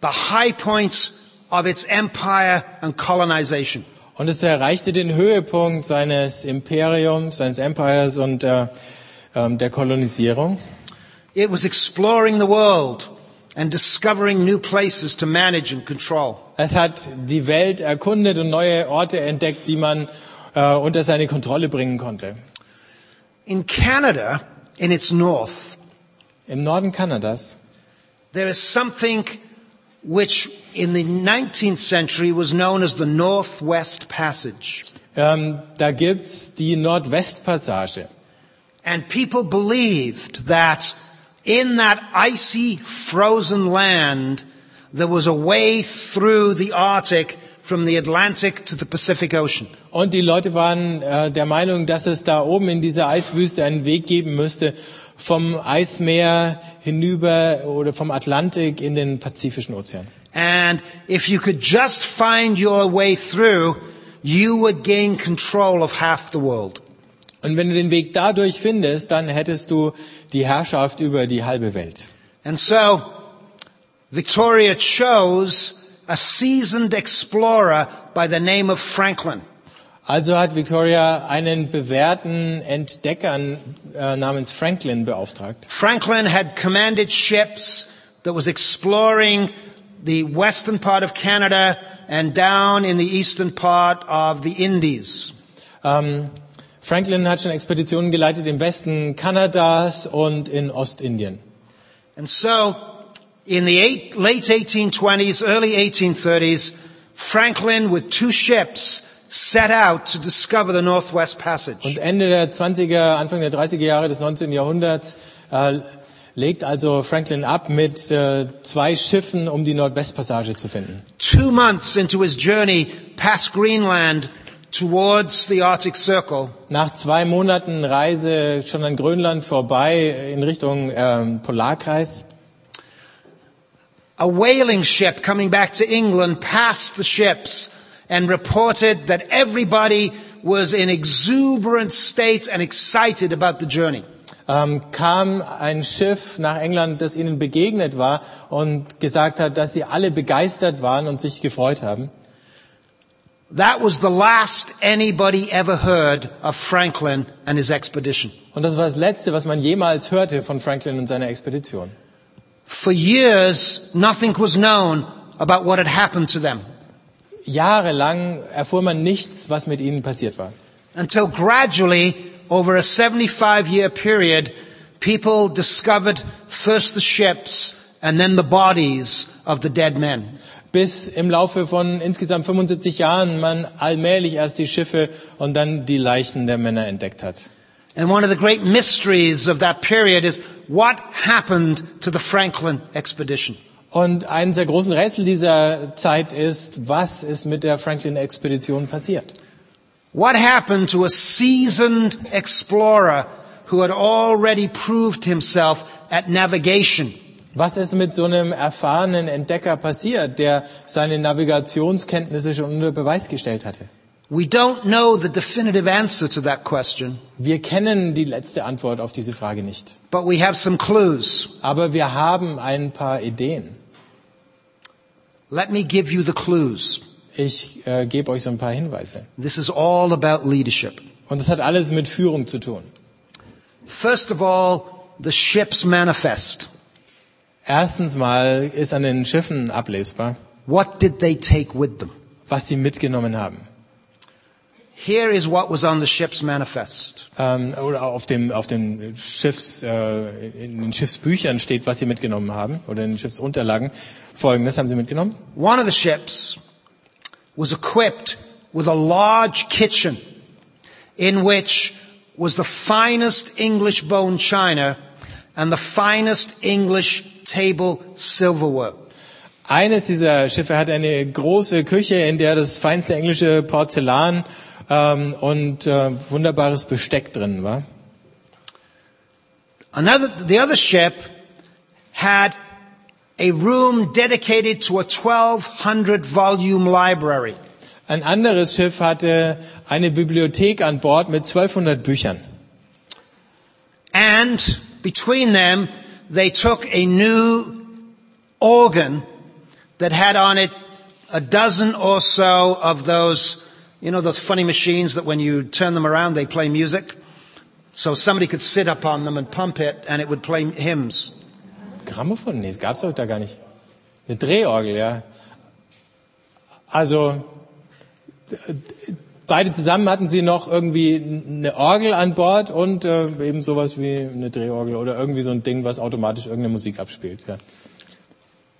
A: the high points of its empire and colonization.
B: Und es erreichte den Höhepunkt seines Imperiums, seines Empires und äh, ähm, der Kolonisierung.
A: It was exploring the world and discovering new places to manage and control.
B: Es hat die Welt erkundet und neue Orte entdeckt, die man äh, unter seine Kontrolle bringen konnte.
A: In Canada, in its north,
B: Im Norden Kanadas
A: there is something which in the 19th century was known as the Northwest Passage.
B: ähm, da gibt's die Nordwestpassage.
A: And people believed that in that icy, frozen land, there was a way through the Arctic from the Atlantic to the Pacific Ocean.
B: Und die Leute waren äh, der Meinung, dass es da oben in dieser Eiswüste einen Weg geben müsste vom Eismeer hinüber oder vom Atlantik in den Pazifischen Ozean.
A: And if you could just find your way through, you would gain control of half the world.
B: Und wenn du den Weg dadurch findest, dann hättest du die Herrschaft über die halbe Welt.
A: And so, Victoria chose a seasoned explorer by the name of Franklin.
B: Also hat Victoria einen bewährten Entdecker äh, namens Franklin beauftragt.
A: Franklin had commanded ships that was exploring the western part of Canada and down in the eastern part of the Indies.
B: Ähm, Franklin hat schon Expeditionen geleitet im Westen Kanadas und in Ostindien.
A: And so, in the eight, late 1820s, early 1830s, Franklin with two ships set out to discover the Northwest Passage.
B: Und Ende der 20er, Anfang der 30er Jahre des 19. Jahrhunderts äh, legt also Franklin ab mit äh, zwei Schiffen, um die Nordwestpassage zu finden.
A: Two months into his journey past Greenland towards the Arctic Circle,
B: Nach zwei Monaten Reise schon an Grönland vorbei in Richtung ähm, Polarkreis
A: a whaling ship coming back to England passed the ships and reported that everybody was in exuberant states and excited about the journey.
B: ähm, kam ein Schiff nach England, das ihnen begegnet war und gesagt hat, dass sie alle begeistert waren und sich gefreut haben.
A: That was the last anybody ever heard of Franklin and his expedition.
B: Und das war das Letzte, was man jemals hörte von Franklin und seiner Expedition.
A: For years, nothing was known about what had happened to them
B: Jahrelang erfuhr man nichts, was mit ihnen passiert war.
A: until gradually, over a 75 year period, people discovered first the ships and then the bodies of the dead men.
B: Bis im Laufe von insgesamt 75 Jahren man allmählich erst die Schiffe und dann die Leichen der Männer entdeckt hat.
A: And one of the great mysteries of that period is what happened to the Franklin expedition.
B: Und eines der großen Rätsel dieser Zeit ist, was ist mit der Franklin-Expedition passiert?
A: What happened to a seasoned explorer who had already proved himself at navigation?
B: Was ist mit so einem erfahrenen Entdecker passiert, der seine Navigationskenntnisse schon unter Beweis gestellt hatte?
A: We don't know the definitive answer to that question,
B: Wir kennen die letzte Antwort auf diese Frage nicht.
A: but we have some clues.
B: Aber wir haben ein paar Ideen.
A: Let me give you the clues.
B: Ich äh, gebe euch so ein paar Hinweise.
A: This is all about leadership.
B: Und das hat alles mit Führung zu tun.
A: First of all, the ship's manifest.
B: Erstens mal ist an den Schiffen ablesbar,
A: What did they take with them?
B: was sie mitgenommen haben.
A: Here is what was on the ship's manifest.
B: Ähm, oder auf dem, auf dem Schiffs, äh, in den Schiffsbüchern steht, was sie mitgenommen haben, oder in den Schiffsunterlagen. Folgendes haben sie mitgenommen.
A: One of the ships was equipped with a large kitchen in which was the finest English bone china and the finest English table silverware.
B: Eines dieser Schiffe hat eine große Küche, in der das feinste englische Porzellan ähm, und äh, wunderbares Besteck drin war.
A: Another, the other ship had a room dedicated to a 1200 volume library.
B: Ein anderes Schiff hatte eine Bibliothek an Bord mit 1200 Büchern.
A: And between them, they took a new organ that had on it a dozen or so of those, you know, those funny machines that when you turn them around, they play music. So somebody could sit up on them and pump it and it would play hymns.
B: Grammophon? Nee, gab's doch da gar nicht. Eine Drehorgel, ja. Also d- d- beide zusammen hatten sie noch irgendwie eine Orgel an Bord und äh, eben sowas wie eine Drehorgel oder irgendwie so ein Ding, was automatisch irgendeine Musik abspielt. Ja.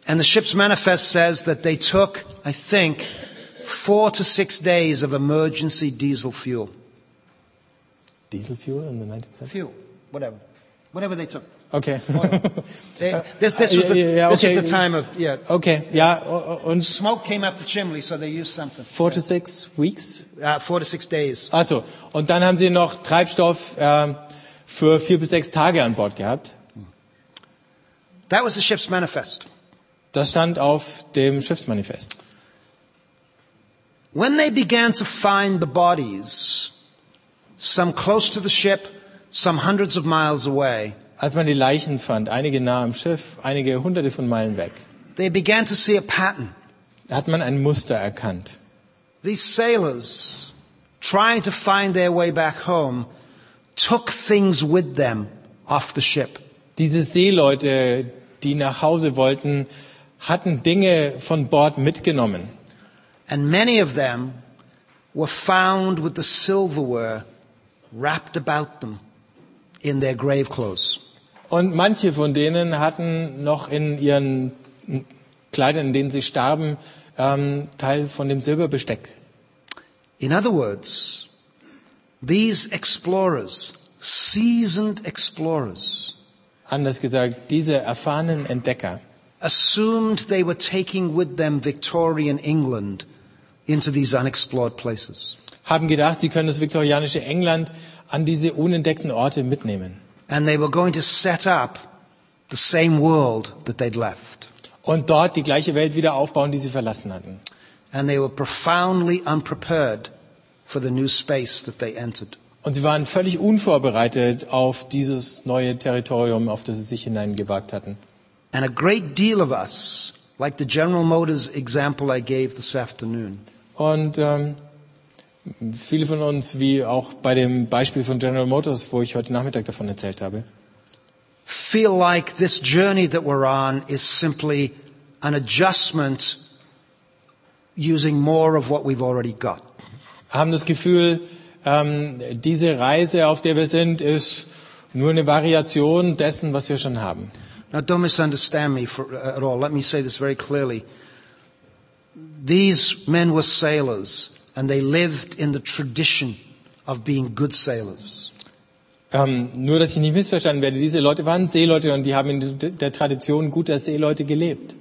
A: And the ship's manifest says that they took, I think, four to six days of emergency diesel fuel.
B: Dieselfuel in the 19th century?
A: Fuel, whatever. Whatever they took.
B: Okay.
A: They, this, this, was the,
B: Yeah, yeah,
A: this was
B: okay.
A: the time of, yeah.
B: okay, ja, o- o- und
A: Smoke came up the chimney, so they used something.
B: four to six weeks?
A: Uh, four to six days.
B: Also, und dann haben sie noch Treibstoff ähm, für vier bis sechs Tage an Bord gehabt.
A: That was the ship's manifest.
B: Das stand auf dem Schiffsmanifest.
A: When they began to find the bodies, some close to the ship, some hundreds of miles away,
B: Als man die Leichen fand, einige nah am Schiff, einige hunderte von Meilen weg,
A: they began to see a pattern.
B: da hat man ein Muster erkannt.
A: These sailors trying to find their way back home, took things with them off the ship.
B: Diese Seeleute, die nach Hause wollten, hatten Dinge von Bord mitgenommen.
A: And many of them were found with the silverware wrapped about them in their grave clothes.
B: Und manche von denen hatten noch in ihren Kleidern, in denen sie starben, ähm, Teil von dem Silberbesteck.
A: In other words, these explorers, seasoned explorers,
B: Anders gesagt, diese erfahrenen Entdecker
A: assumed they were taking with them Victorian England into these unexplored places.
B: haben gedacht, sie können das viktorianische England an diese unentdeckten Orte mitnehmen.
A: And they were going to set up the same world that they'd left.
B: Und dort die gleiche Welt wieder aufbauen, die sie verlassen hatten.
A: And they were profoundly unprepared for the new space that they entered.
B: Und sie waren völlig unvorbereitet auf dieses neue Territorium, auf das sie sich hineingewagt hatten.
A: And a great deal of us, like the General Motors example I gave this afternoon,
B: Und ähm, viele von uns, wie auch bei dem Beispiel von General Motors, wo ich heute Nachmittag davon erzählt habe,
A: feel like this journey that we're on is simply an adjustment using more of what we've already got.
B: haben das Gefühl, ähm, diese Reise, auf der wir sind, ist nur eine Variation dessen, was wir schon haben.
A: Now, don't misunderstand me for, at all. Let me say this very clearly. These men were sailors, and they lived in the tradition of being good sailors.
B: Ähm, nur, dass ich nicht missverstanden werde, diese Leute waren Seeleute und die haben in d- der Tradition guter Seeleute gelebt.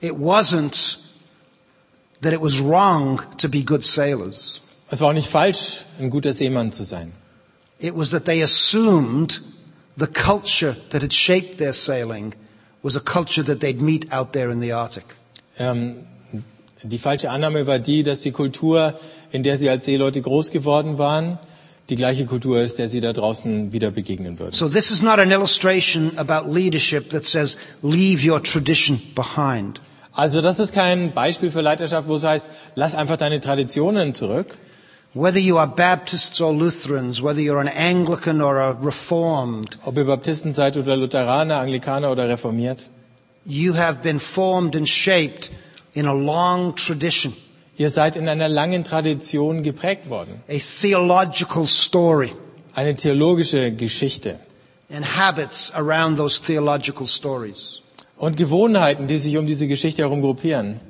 A: It wasn't that it was wrong to be good sailors.
B: Es war auch nicht falsch, ein guter Seemann zu sein.
A: It was that they assumed the culture that had shaped their sailing was a culture that they'd meet out there in the Arctic.
B: Ähm, die falsche Annahme war die, dass die Kultur, in der sie als Seeleute groß geworden waren, die gleiche Kultur ist, der sie da draußen wieder begegnen würden.
A: So this is not an illustration about leadership that says leave your tradition behind.
B: Also das ist kein Beispiel für Leiterschaft, wo es heißt, lass einfach deine Traditionen zurück.
A: Whether you are Baptists or Lutherans, whether you're an Anglican or a Reformed,
B: Ob ihr Baptisten seid oder Lutheraner, Anglikaner oder Reformiert.
A: you have been formed and shaped in a long tradition,
B: Ihr seid in einer langen Tradition geprägt worden.
A: a theological story,
B: Eine theologische Geschichte.
A: and habits around those theological stories.
B: Und Gewohnheiten, die sich um diese Geschichte herum gruppieren.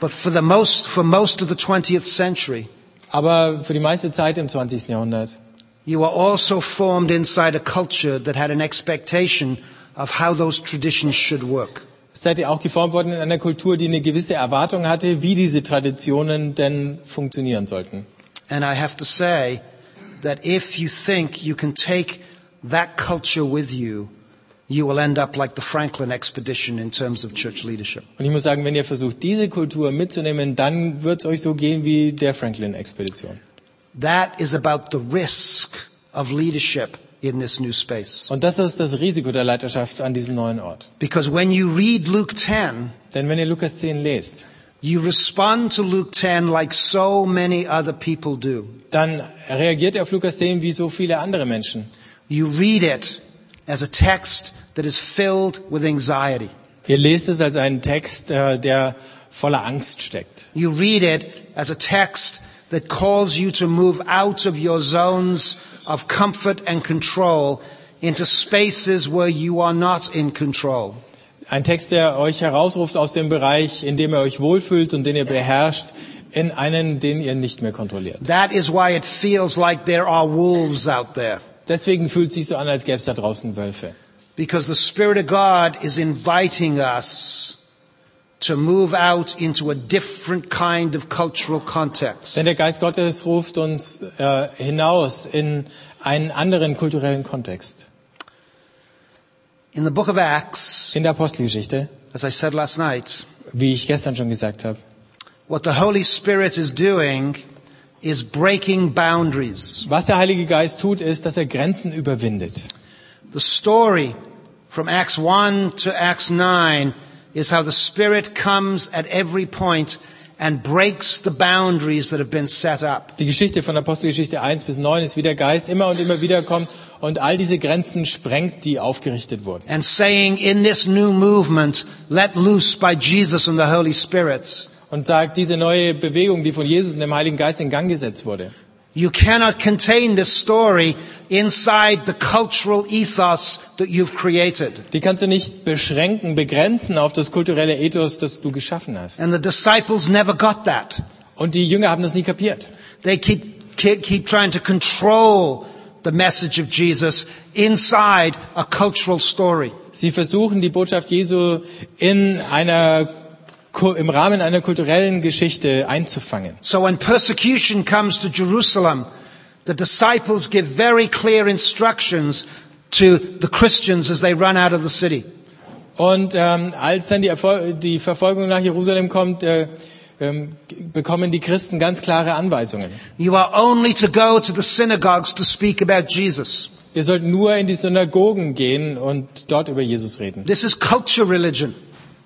A: But for the most, for most of the 20th century,
B: Aber für die meiste Zeit im 20. Jahrhundert
A: you were also formed inside a culture that had an expectation of how those traditions should work.
B: seid ihr auch geformt worden in einer Kultur, die eine gewisse Erwartung hatte, wie diese Traditionen denn funktionieren sollten.
A: And I have to say that if you think you can take that culture with you, you will end up like the Franklin expedition in terms of church leadership.
B: Und ich muss sagen, wenn ihr versucht, diese Kultur mitzunehmen, dann wird es euch so gehen wie der Franklin-Expedition.
A: That is about the risk of leadership in this new space.
B: Und das ist das Risiko der Leiterschaft an diesem neuen Ort.
A: Because when you read Luke 10,
B: Denn wenn ihr Lukas 10 lest,
A: you respond to Luke 10 like so many other people do.
B: dann reagiert ihr auf Lukas 10 wie so viele andere Menschen.
A: You read it as a text that is filled with anxiety.
B: Ihr lest es als einen Text, äh, der voller Angst steckt.
A: You read it as a text that calls you to move out of your zones of comfort and control into spaces where you are not in control.
B: Ein Text, der euch herausruft aus dem Bereich, in dem ihr euch wohlfühlt und den ihr beherrscht, in einen, den ihr nicht mehr kontrolliert.
A: That is why it feels like there are wolves out there.
B: Deswegen fühlt es sich so an, als gäbe es da draußen Wölfe.
A: Because the Spirit of God is inviting us to move out into a different kind of cultural context.
B: Denn der Geist Gottes ruft uns äh, hinaus in einen anderen kulturellen Kontext.
A: In the book of Acts,
B: In der Apostelgeschichte,
A: as I said last night,
B: wie ich gestern schon gesagt habe,
A: what the Holy Spirit is doing is breaking boundaries.
B: was der Heilige Geist tut, ist, dass er Grenzen überwindet.
A: The story from Acts 1 to Acts 9 is how the Spirit comes at every point and breaks the boundaries that have been set up.
B: Die Geschichte von Apostelgeschichte 1 bis 9 ist, wie der Geist immer und immer wieder kommt und all diese Grenzen sprengt, die aufgerichtet wurden.
A: And saying in this new movement, let loose by Jesus and the Holy Spirit,
B: Und sagt, diese neue Bewegung, die von Jesus und dem Heiligen Geist in Gang gesetzt wurde,
A: you cannot contain this story inside the cultural ethos that you've created.
B: die kannst du nicht beschränken, begrenzen auf das kulturelle Ethos, das du geschaffen hast.
A: And the disciples never got that.
B: Und die Jünger haben das nie kapiert.
A: They keep, keep, keep trying to control the message of Jesus inside a cultural story.
B: Sie versuchen, die Botschaft Jesu in einer, Ku- im Rahmen einer kulturellen Geschichte einzufangen.
A: So when persecution comes to Jerusalem, the disciples give very clear instructions to the Christians as they run out of the city.
B: Und ähm, als dann die, Erfol die Verfolgung nach Jerusalem kommt, äh, ähm, g- bekommen die Christen ganz klare Anweisungen.
A: You are only to go to the synagogues to speak about Jesus.
B: Ihr sollt nur in die Synagogen gehen und dort über Jesus reden.
A: This is culture religion.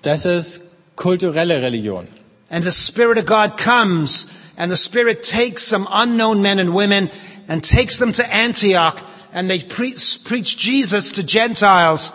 B: Das ist kulturelle Religion.
A: And the Spirit of God comes and the Spirit takes some unknown men and women and takes them to Antioch and they pre- preach Jesus to Gentiles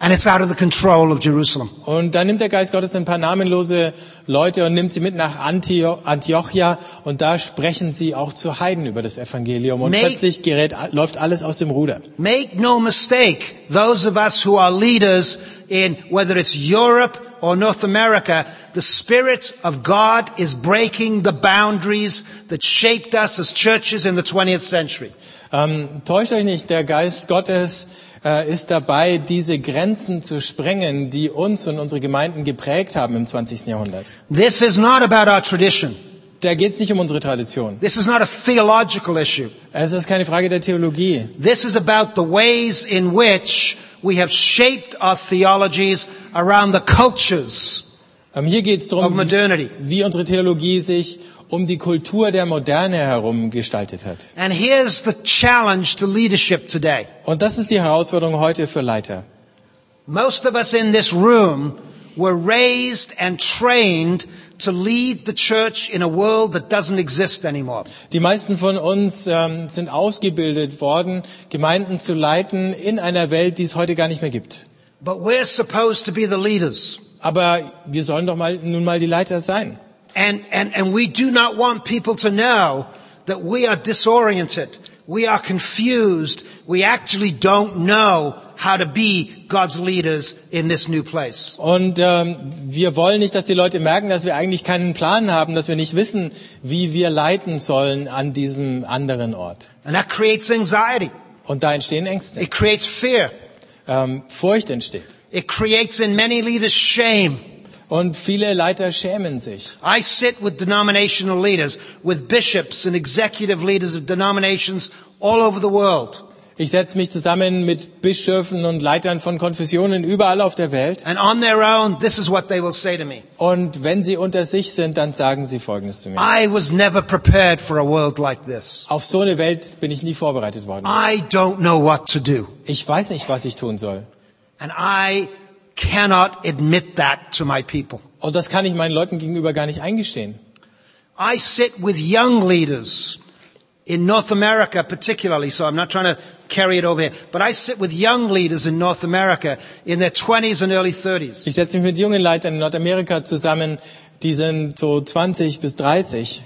A: and it's out of the control of Jerusalem.
B: Und dann nimmt der Geist Gottes ein paar namenlose Leute und nimmt sie mit nach Antio Antiochia und da sprechen sie auch zu Heiden über das Evangelium und
A: Make-
B: plötzlich gerät, läuft alles aus dem Ruder.
A: Make no mistake, those of us who are leaders in whether it's Europe or North America, the Spirit of God is breaking the boundaries that shaped us as churches in the 20th century.
B: Ähm, täuscht euch nicht, der Geist Gottes äh, ist dabei, diese Grenzen zu sprengen, die uns und unsere Gemeinden geprägt haben im 20. Jahrhundert.
A: This is not about our tradition.
B: Da geht es nicht um unsere Tradition.
A: This is not a theological issue.
B: Es ist keine Frage der Theologie.
A: This is about the ways in which we have shaped our theologies around the cultures
B: Ähm, hier geht es
A: of
B: darum, wie,
A: modernity.
B: wie unsere Theologie sich um die Kultur der Moderne herum gestaltet hat.
A: And here's the challenge to leadership today.
B: Und das ist die Herausforderung heute für Leiter.
A: Most of us in this room were raised and trained to lead the church in a world that doesn't exist anymore.
B: Die meisten von uns ähm, sind ausgebildet worden, Gemeinden zu leiten in einer Welt, die es heute gar nicht mehr gibt.
A: But we're supposed to be the leaders.
B: Aber wir sollen doch mal, nun mal die Leiter sein.
A: And, and, and we do not want people to know that we are disoriented. We are confused. We actually don't know how to be God's leaders in this new place.
B: Und ähm, wir wollen nicht, dass die Leute merken, dass wir eigentlich keinen Plan haben, dass wir nicht wissen, wie wir leiten sollen an diesem anderen Ort.
A: And that creates anxiety.
B: Und da entstehen Ängste.
A: It creates fear.
B: Ähm, Furcht entsteht.
A: It creates in many leaders shame.
B: Und viele Leiter schämen sich.
A: I sit with denominational leaders, with bishops and executive leaders of denominations all over the world.
B: Ich setze mich zusammen mit Bischöfen und Leitern von Konfessionen überall auf der Welt.
A: And on their own, this is what they will say to me.
B: Und wenn sie unter sich sind, dann sagen sie Folgendes zu mir.
A: I was never prepared for a world like this.
B: Auf so eine Welt bin ich nie vorbereitet worden.
A: I don't know what to do.
B: Ich weiß nicht, was ich tun soll.
A: And I cannot admit that to my people.
B: Und das kann ich meinen Leuten gegenüber gar nicht eingestehen.
A: I sit with young leaders in North America particularly, so I'm not trying to carry it over here, but I sit with young leaders in North America in their 20s and early 30s.
B: Ich setze mich mit jungen Leitern in Nordamerika zusammen, die sind so 20 bis 30.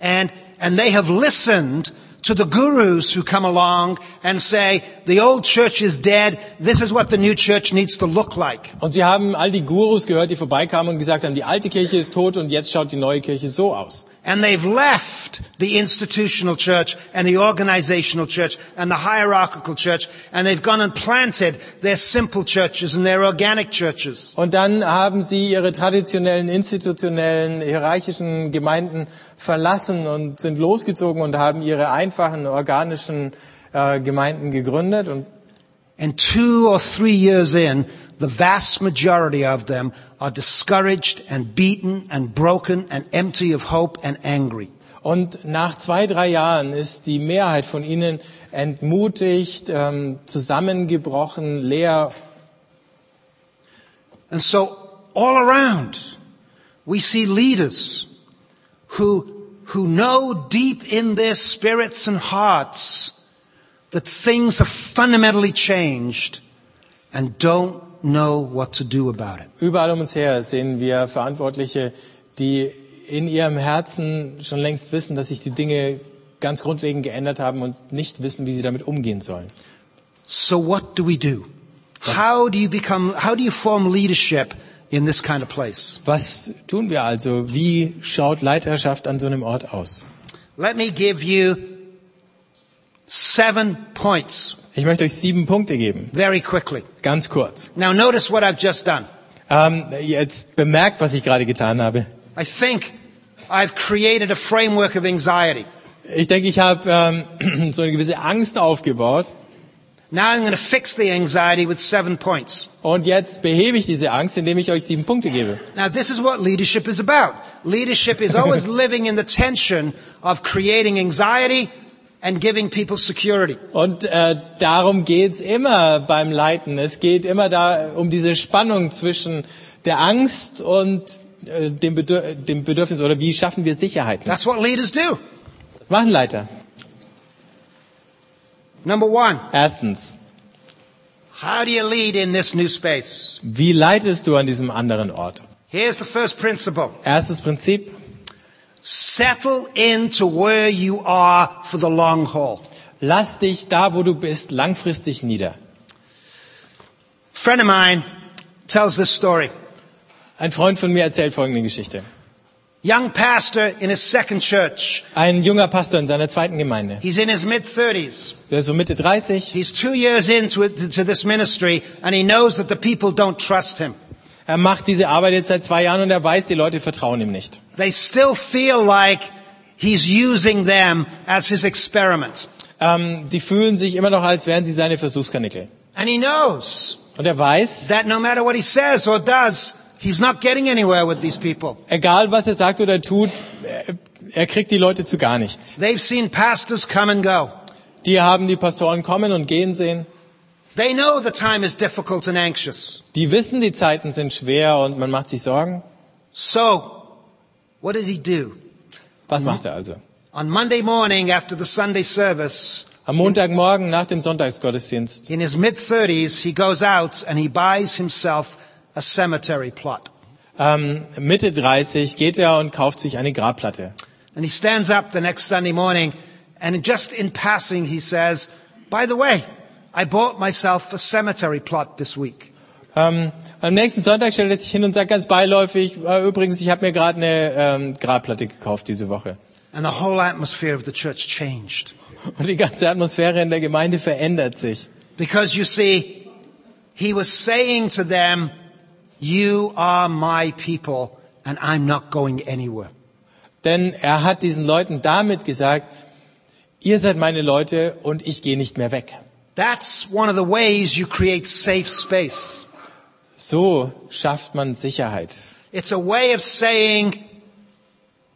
A: And, and they have listened to the gurus who come along and say, the old church is dead. This is what the new church needs to look like.
B: Und sie haben all die Gurus gehört, die vorbeikamen und gesagt haben, die alte Kirche ist tot und jetzt schaut die neue Kirche so aus.
A: And they've left the institutional church and the organizational church and the hierarchical church. And they've gone and planted their simple churches and their organic churches.
B: Und dann haben sie ihre traditionellen, institutionellen, hierarchischen Gemeinden verlassen und sind losgezogen und haben ihre einfachen, organischen äh, Gemeinden gegründet. Und,
A: And two or three years in, the vast majority of them are discouraged and beaten and broken and empty of hope and angry.
B: und nach zwei, drei Jahren ist die Mehrheit von ihnen entmutigt, ähm, zusammengebrochen, leer.
A: And so all around, we see leaders who, who know deep in their spirits and hearts that things have fundamentally changed and don't know what to do about it.
B: Überall um uns her sehen wir Verantwortliche, die in ihrem Herzen schon längst wissen, dass sich die Dinge ganz grundlegend geändert haben und nicht wissen, wie sie damit umgehen sollen.
A: So what do we do? How do you become, how do you form leadership in this kind of place?
B: Was tun wir also? Wie schaut Leiterschaft an so einem Ort aus?
A: Let me give you seven points
B: Ich möchte euch sieben Punkte geben,
A: very quickly.
B: ganz kurz.
A: Now notice what I've just done.
B: Ähm, jetzt bemerkt, was ich gerade getan habe.
A: I think I've created a framework of anxiety.
B: Ich denke, ich habe ähm, so eine gewisse Angst aufgebaut
A: Now I'm going to fix the anxiety with seven points.
B: und jetzt behebe ich diese Angst, indem ich euch sieben Punkte gebe.
A: Now this is what leadership is about. Leadership is always living in the tension of creating anxiety and giving people security.
B: Und äh, darum geht's immer beim Leiten. Es geht immer da um diese Spannung zwischen der Angst und äh, dem, Bedür dem Bedürfnis oder wie schaffen wir Sicherheit.
A: That's what leaders do.
B: Das machen Leiter.
A: Number one,
B: Erstens,
A: how do you lead in this new space?
B: wie leitest du an diesem anderen Ort?
A: Here's the first principle.
B: Erstes Prinzip,
A: Settle into where you are for the long haul.
B: lass dich da, wo du bist, langfristig nieder.
A: friend of mine tells this story.
B: Ein Freund von mir erzählt folgende Geschichte.
A: Young pastor in his second church.
B: Ein junger Pastor in seiner zweiten Gemeinde,
A: He's in his mid 30s.
B: der ist so Mitte 30,
A: He's two years into it, to this ministry, and he knows that the people don't trust him.
B: er macht diese Arbeit jetzt seit zwei Jahren und er weiß, die Leute vertrauen ihm nicht.
A: They still feel like he's using them as his experiment.
B: Ähm, die fühlen sich immer noch, als wären sie seine Versuchskanickel.
A: And he knows
B: Und er weiß,
A: that no matter what he says or does, he's not getting anywhere with these people.
B: egal was er sagt oder tut, äh, er kriegt die Leute zu gar nichts.
A: They've seen pastors come and go.
B: Die haben die Pastoren kommen und gehen sehen.
A: They know the time is difficult and anxious.
B: Die wissen, die Zeiten sind schwer und man macht sich Sorgen.
A: So, what does he do?
B: Was macht er also?
A: On Monday morning after the Sunday service,
B: Am Montagmorgen nach dem Sonntagsgottesdienst
A: in his mid 30s, he goes out and he buys himself a cemetery plot.
B: ähm, Mitte 30 geht er und kauft sich eine Grabplatte.
A: And he stands up the next Sunday morning and just in passing he says, by the way, I bought myself a cemetery plot this week.
B: Ähm, am nächsten Sonntag stellt er sich hin und sagt ganz beiläufig, äh, übrigens, ich habe mir gerade eine ähm, Grabplatte gekauft diese Woche.
A: And the whole atmosphere of the church changed.
B: Und die ganze Atmosphäre in der Gemeinde verändert sich.
A: Because you see, he was saying to them, you are my people and I'm not going anywhere.
B: Denn er hat diesen Leuten damit gesagt, ihr seid meine Leute und ich gehe nicht mehr weg.
A: That's one of the ways you create safe space.
B: So schafft man Sicherheit.
A: It's a way of saying,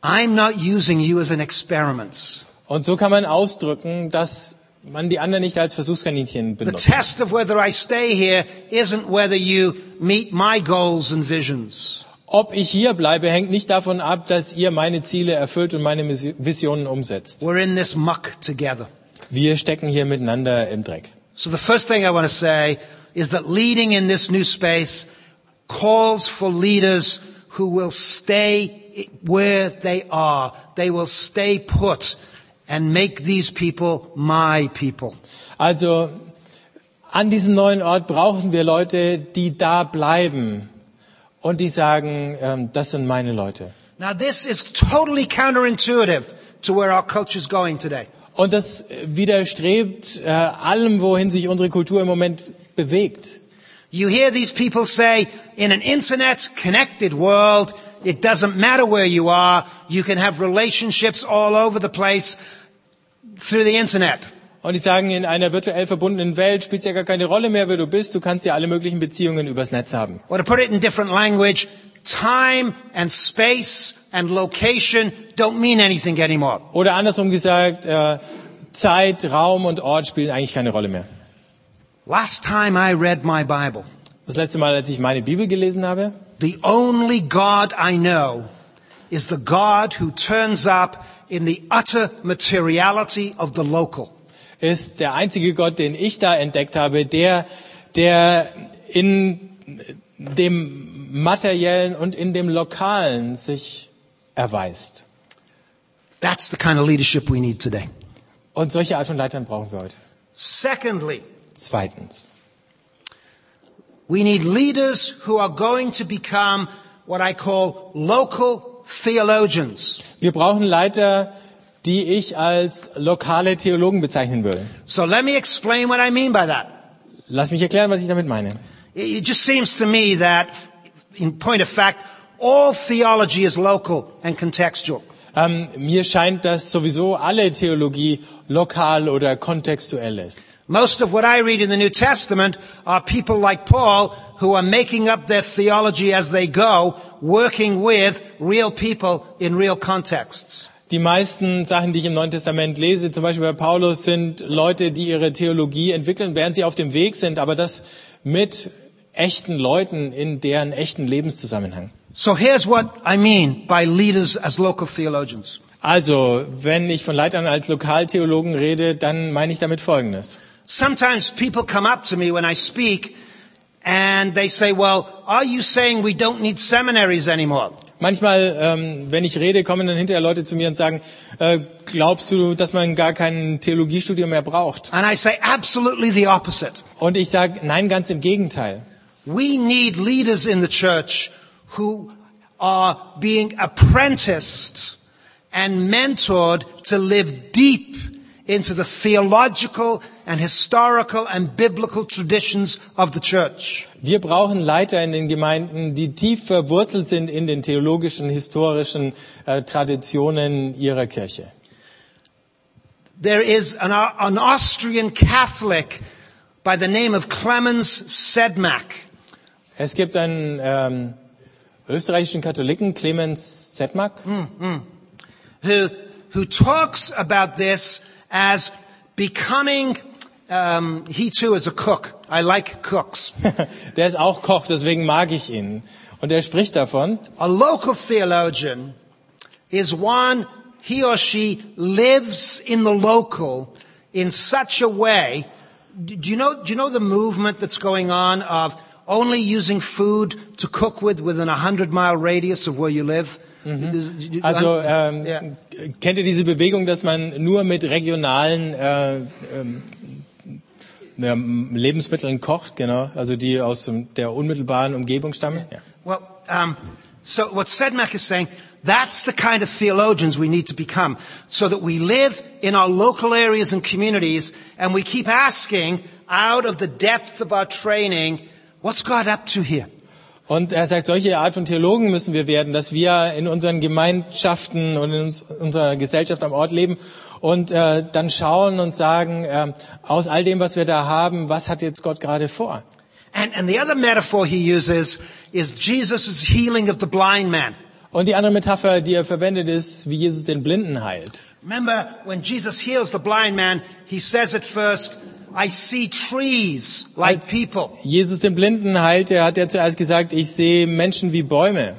A: I'm not using you as an experiment.
B: Und so kann man ausdrücken, dass man die anderen nicht als Versuchskaninchen
A: The
B: benutzt.
A: test of whether I stay here isn't whether you meet my goals and visions.
B: Ob ich hier bleibe, hängt nicht davon ab, dass ihr meine Ziele erfüllt und meine Mis- Visionen umsetzt.
A: We're in this muck together.
B: Wir stecken hier miteinander im Dreck.
A: So the first thing I want to say is that leading in this new space calls for leaders who will stay where they are. They will stay put and make these people my people.
B: Also an diesem neuen Ort brauchen wir Leute, die da bleiben und die sagen, ähm, das sind meine Leute.
A: Now this is totally counterintuitive to where our culture's going today.
B: Und das äh, widerstrebt äh, allem, wohin sich unsere Kultur im Moment bewegt.
A: You hear these people say, in an internet connected world, it doesn't matter where you are, you can have relationships all over the place through the internet.
B: Und die sagen, in einer virtuell verbundenen Welt spielt es ja gar keine Rolle mehr, wer du bist. Du kannst ja alle möglichen Beziehungen übers Netz haben.
A: Or to put it in different language, time and space and location don't mean anything anymore.
B: Oder andersrum gesagt, äh, Zeit, Raum und Ort spielen eigentlich keine Rolle mehr.
A: Last time I read my Bible,
B: Das letzte Mal, als ich meine Bibel gelesen habe,
A: the only God I know is the God who turns up in the utter materiality of the local.
B: ist der einzige Gott, den ich da entdeckt habe, der, der in dem Materiellen und in dem Lokalen sich erweist.
A: That's the kind of leadership we need today.
B: Und solche Art von Leitern brauchen wir heute.
A: Secondly,
B: Zweitens.
A: we need leaders who are going to become what I call local theologians.
B: Wir brauchen Leiter, die ich als lokale Theologen bezeichnen würde.
A: So let me explain what I mean by that.
B: Lass mich erklären, was ich damit meine.
A: It it just seems to me that, in point of fact, all theology is local and contextual.
B: Ähm, mir scheint, dass sowieso alle Theologie lokal oder kontextuell ist.
A: Most of what I read in the New Testament are people like Paul who are making up their theology as they go, working with real people in real contexts.
B: Die meisten Sachen, die ich im Neuen Testament lese, zum Beispiel bei Paulus, sind Leute, die ihre Theologie entwickeln, während sie auf dem Weg sind, aber das mit echten Leuten in deren echten Lebenszusammenhang.
A: So here's what I mean by leaders as local theologians.
B: Also, wenn ich von Leitern als Lokaltheologen rede, dann meine ich damit Folgendes.
A: Sometimes people come up to me when I speak and they say, well, are you saying we don't need seminaries anymore?
B: Manchmal, ähm, wenn ich rede, kommen dann hinterher Leute zu mir und sagen, äh, glaubst du, dass man gar kein Theologiestudium mehr braucht?
A: And I say, absolutely the opposite.
B: Und ich sage, nein, ganz im Gegenteil.
A: We need leaders in the church who are being apprenticed and mentored to live deep into the theological and historical and biblical traditions of the church.
B: Wir brauchen Leiter in den Gemeinden, die tief verwurzelt sind in den theologischen, historischen äh, Traditionen ihrer Kirche.
A: There is an, an Austrian Catholic by the name of Clemens Sedmak.
B: Es gibt einen ähm, österreichischen Katholiken, Clemens Zetmak,
A: who, who talks about this as becoming, um, he too is a cook. I like cooks.
B: der ist auch Koch, deswegen mag ich ihn. Und er spricht davon,
A: a local theologian is one, he or she lives in the local in such a way. Do do you know, do you know the movement that's going on of only using food to cook with within a hundred mile radius of where you live? Is- do you-
B: also ähm,
A: Yeah.
B: kennt ihr diese Bewegung, dass man nur mit regionalen äh, ähm, ja, Lebensmitteln kocht, genau, also die aus dem- der unmittelbaren Umgebung stammen? Ja.
A: Well, um, so what Sedmak is saying, that's the kind of theologians we need to become, so that we live in our local areas and communities, and we keep asking out of the depth of our training, what's God up to here?
B: Und er sagt, solche Art von Theologen müssen wir werden, dass wir in unseren Gemeinschaften und in uns, unserer Gesellschaft am Ort leben und äh, dann schauen und sagen, ähm, aus all dem, was wir da haben, was hat jetzt Gott gerade vor?
A: And, and the other metaphor he uses is Jesus' healing of the blind man.
B: Und die andere Metapher, die er verwendet, ist, wie Jesus den Blinden heilt.
A: Remember, when Jesus heals the blind man, he says at first, I see trees like people.
B: Jesus den Blinden heilte, hat er zuerst gesagt, ich sehe Menschen wie Bäume.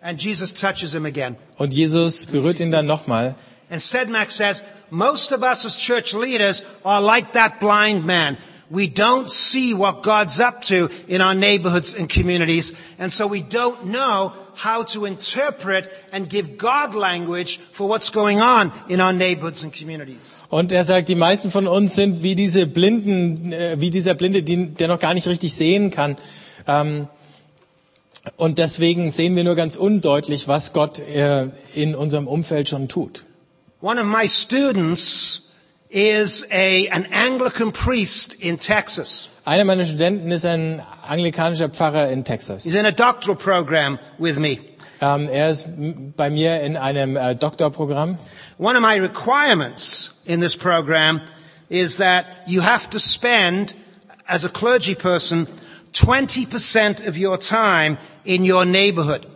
A: And Jesus touches him again.
B: Und Jesus berührt ihn dann nochmal.
A: And Sedmak says, most of us as church leaders are like that blind man. We don't see what God's up to in our neighborhoods and communities, and so we don't know how to interpret and give God language for what's going on in our neighborhoods and communities.
B: Und er sagt, die meisten von uns sind wie diese Blinden, äh, wie dieser Blinde, die, der noch gar nicht richtig sehen kann. Ähm, und deswegen sehen wir nur ganz undeutlich, was Gott äh, in unserem Umfeld schon tut.
A: One of my students is a, an Anglican priest in Texas.
B: Einer meiner Studenten ist ein anglikanischer Pfarrer in Texas.
A: He's in a doctoral program with me.
B: Ähm, er ist m- bei mir in einem äh, Doktorprogramm.
A: One of my requirements in this program is that you have to spend, as a clergy person, 20% of your time in your neighborhood.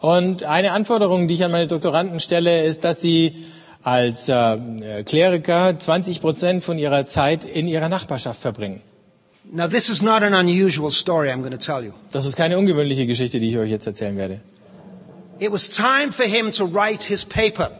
B: Und eine Anforderung, die ich an meine Doktoranden stelle, ist, dass sie als äh, äh, Kleriker 20 Prozent von ihrer Zeit in ihrer Nachbarschaft verbringen.
A: Now, this is not an unusual story I'm going to tell you.
B: Das ist keine ungewöhnliche Geschichte, die ich euch jetzt erzählen werde.
A: It was time for him to write his paper.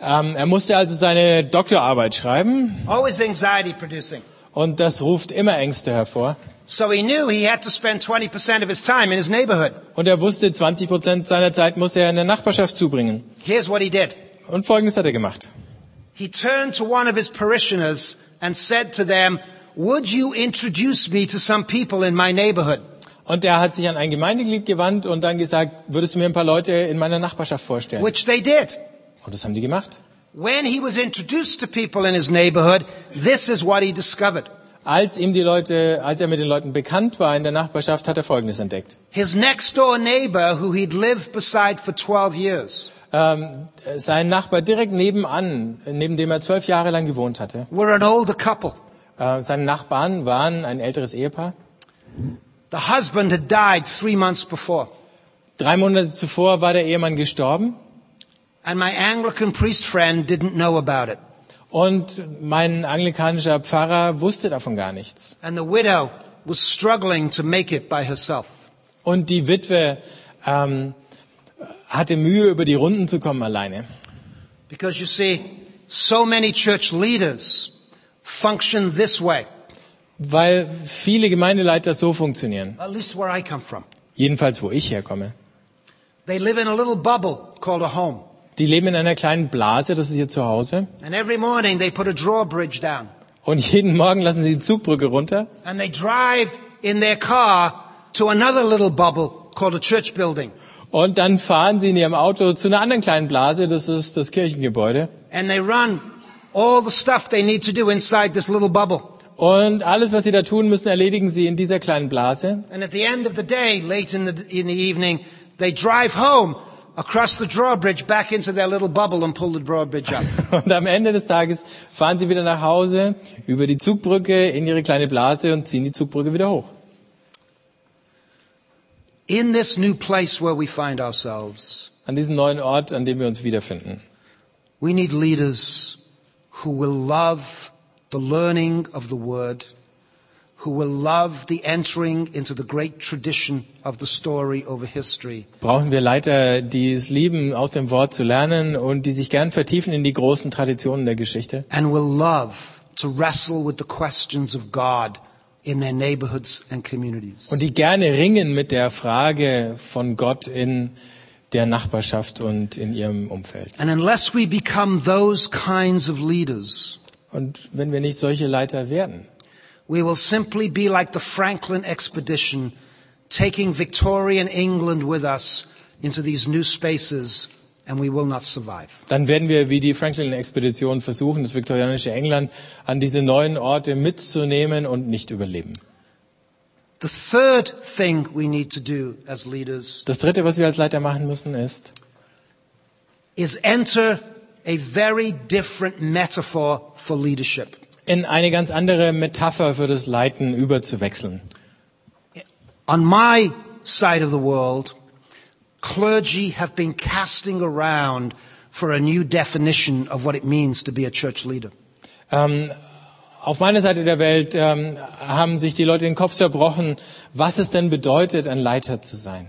B: Ähm, er musste also seine Doktorarbeit schreiben
A: Always anxiety producing.
B: und das ruft immer Ängste hervor.
A: So he knew he had to spend 20% of his time in his neighborhood.
B: Und er wusste, 20 Prozent seiner Zeit musste er in der Nachbarschaft zubringen.
A: Here's what he did.
B: Und Folgendes hat er gemacht.
A: He turned to one of his parishioners and said to them, would you introduce me to some people in my neighborhood?
B: Und er hat sich an ein Gemeindeglied gewandt und dann gesagt, würdest du mir ein paar Leute in meiner Nachbarschaft vorstellen?
A: Which they did.
B: Und das haben die gemacht.
A: When he was introduced to people in his neighborhood, this is what he discovered.
B: Als ihm die Leute, als er mit den Leuten bekannt war in der Nachbarschaft, hat er Folgendes entdeckt.
A: His next door neighbor, who he'd lived beside for 12 years,
B: Ähm, sein Nachbar direkt nebenan, neben dem er zwölf Jahre lang gewohnt hatte,
A: were an older couple.
B: äh, seine Nachbarn waren ein älteres Ehepaar.
A: The husband had died three months before.
B: Drei Monate zuvor war der Ehemann gestorben
A: And my Anglican priest friend didn't know about it.
B: und mein anglikanischer Pfarrer wusste davon gar nichts.
A: And the widow was struggling to make it by herself.
B: Und die Witwe ähm, hatte Mühe, über die Runden zu kommen alleine.
A: Because you see, so many church leaders function this way,
B: Weil viele Gemeindeleiter so funktionieren.
A: at least where I come from.
B: Jedenfalls, wo ich herkomme.
A: They live in a little bubble called a home.
B: Die leben in einer kleinen Blase, das ist ihr Zuhause.
A: And every morning they put a drawbridge down.
B: Und jeden Morgen lassen sie die Zugbrücke runter
A: And they drive in their car to another little bubble called a church building.
B: und dann fahren sie in ihrem Auto zu einer anderen kleinen Blase, das ist das Kirchengebäude.
A: And they run all the stuff they need to do inside this little bubble.
B: Und alles, was sie da tun müssen, erledigen sie in dieser kleinen Blase.
A: And at the end of the day, late in the, in the evening, they drive home across the drawbridge back into their little bubble and pull the drawbridge up.
B: Und am Ende des Tages fahren sie wieder nach Hause über die Zugbrücke in ihre kleine Blase und ziehen die Zugbrücke wieder hoch.
A: in this new place where we find ourselves,
B: An diesem neuen Ort, an dem wir uns wiederfinden.
A: we need leaders who will love the learning of the word, who will love the entering into the great tradition of the story over history,
B: brauchen wir Leiter, die es lieben, aus dem Wort zu lernen und die sich gern vertiefen in die großen Traditionen der Geschichte
A: and will love to wrestle with the questions of God in their neighborhoods and communities.
B: und die gerne ringen mit der Frage von Gott in der Nachbarschaft und in ihrem Umfeld.
A: And unless we become those kinds of leaders,
B: Und wenn wir nicht solche Leiter werden,
A: we will simply be like the Franklin expedition, taking Victorian England with us into these new spaces, and we will not survive.
B: dann werden wir wie die Franklin-Expedition versuchen, das viktorianische England an diese neuen Orte mitzunehmen und nicht überleben.
A: The third thing we need to do as leaders
B: Das Dritte, was wir als Leiter machen müssen, ist,
A: is enter a very different metaphor for leadership.
B: in eine ganz andere Metapher für das Leiten überzuwechseln.
A: On my side of the world, clergy have been casting around for a new definition of what it means to be a church leader.
B: Auf meiner Seite der Welt ähm, haben sich die Leute den Kopf zerbrochen, was es denn bedeutet, ein Leiter zu sein.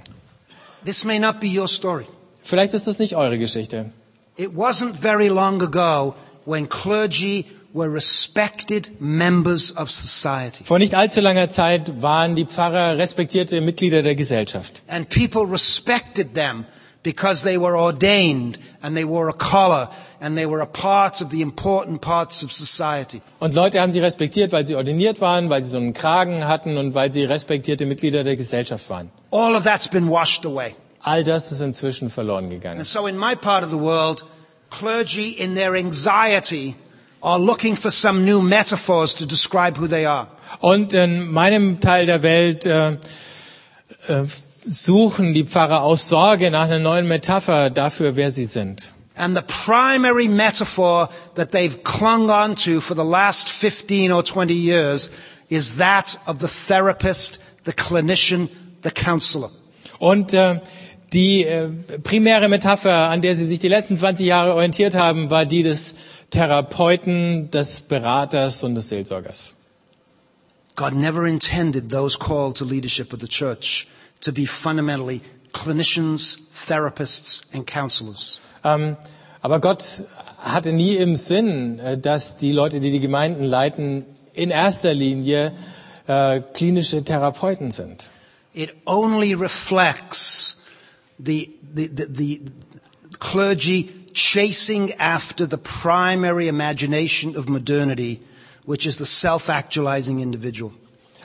A: This may not be your story.
B: Vielleicht ist das nicht eure Geschichte.
A: It wasn't very long ago when clergy were respected members of society
B: Vor nicht allzu langer Zeit waren die Pfarrer respektierte Mitglieder der Gesellschaft.
A: and people respected them because they were ordained and they wore a collar and they were a part of the important parts of society.
B: Und Leute haben sie respektiert, weil sie ordiniert waren, weil sie so einen Kragen hatten und weil sie respektierte Mitglieder der Gesellschaft waren.
A: All of that's been washed away.
B: All das ist inzwischen verloren gegangen.
A: And so in my part of the world, clergy in their anxiety are looking for some new metaphors to describe who they are.
B: Und in meinem Teil der Welt äh, äh, suchen die Pfarrer aus Sorge nach einer neuen Metapher dafür, wer sie sind.
A: And the primary metaphor that they've clung on to for the last 15 or 20 years is that of the therapist, the clinician, the counselor.
B: Und äh, die äh, primäre Metapher, an der sie sich die letzten 20 Jahre orientiert haben, war die des Therapeuten, des Beraters und des Seelsorgers.
A: God never intended those called to leadership of the church to be fundamentally clinicians, therapists, and counselors.
B: Ähm, aber Gott hatte nie im Sinn, äh, dass die Leute, die die Gemeinden leiten, in erster Linie äh, klinische Therapeuten sind.
A: It only reflects the, the, the, the clergy chasing after the primary imagination of modernity, which is the self-actualizing individual.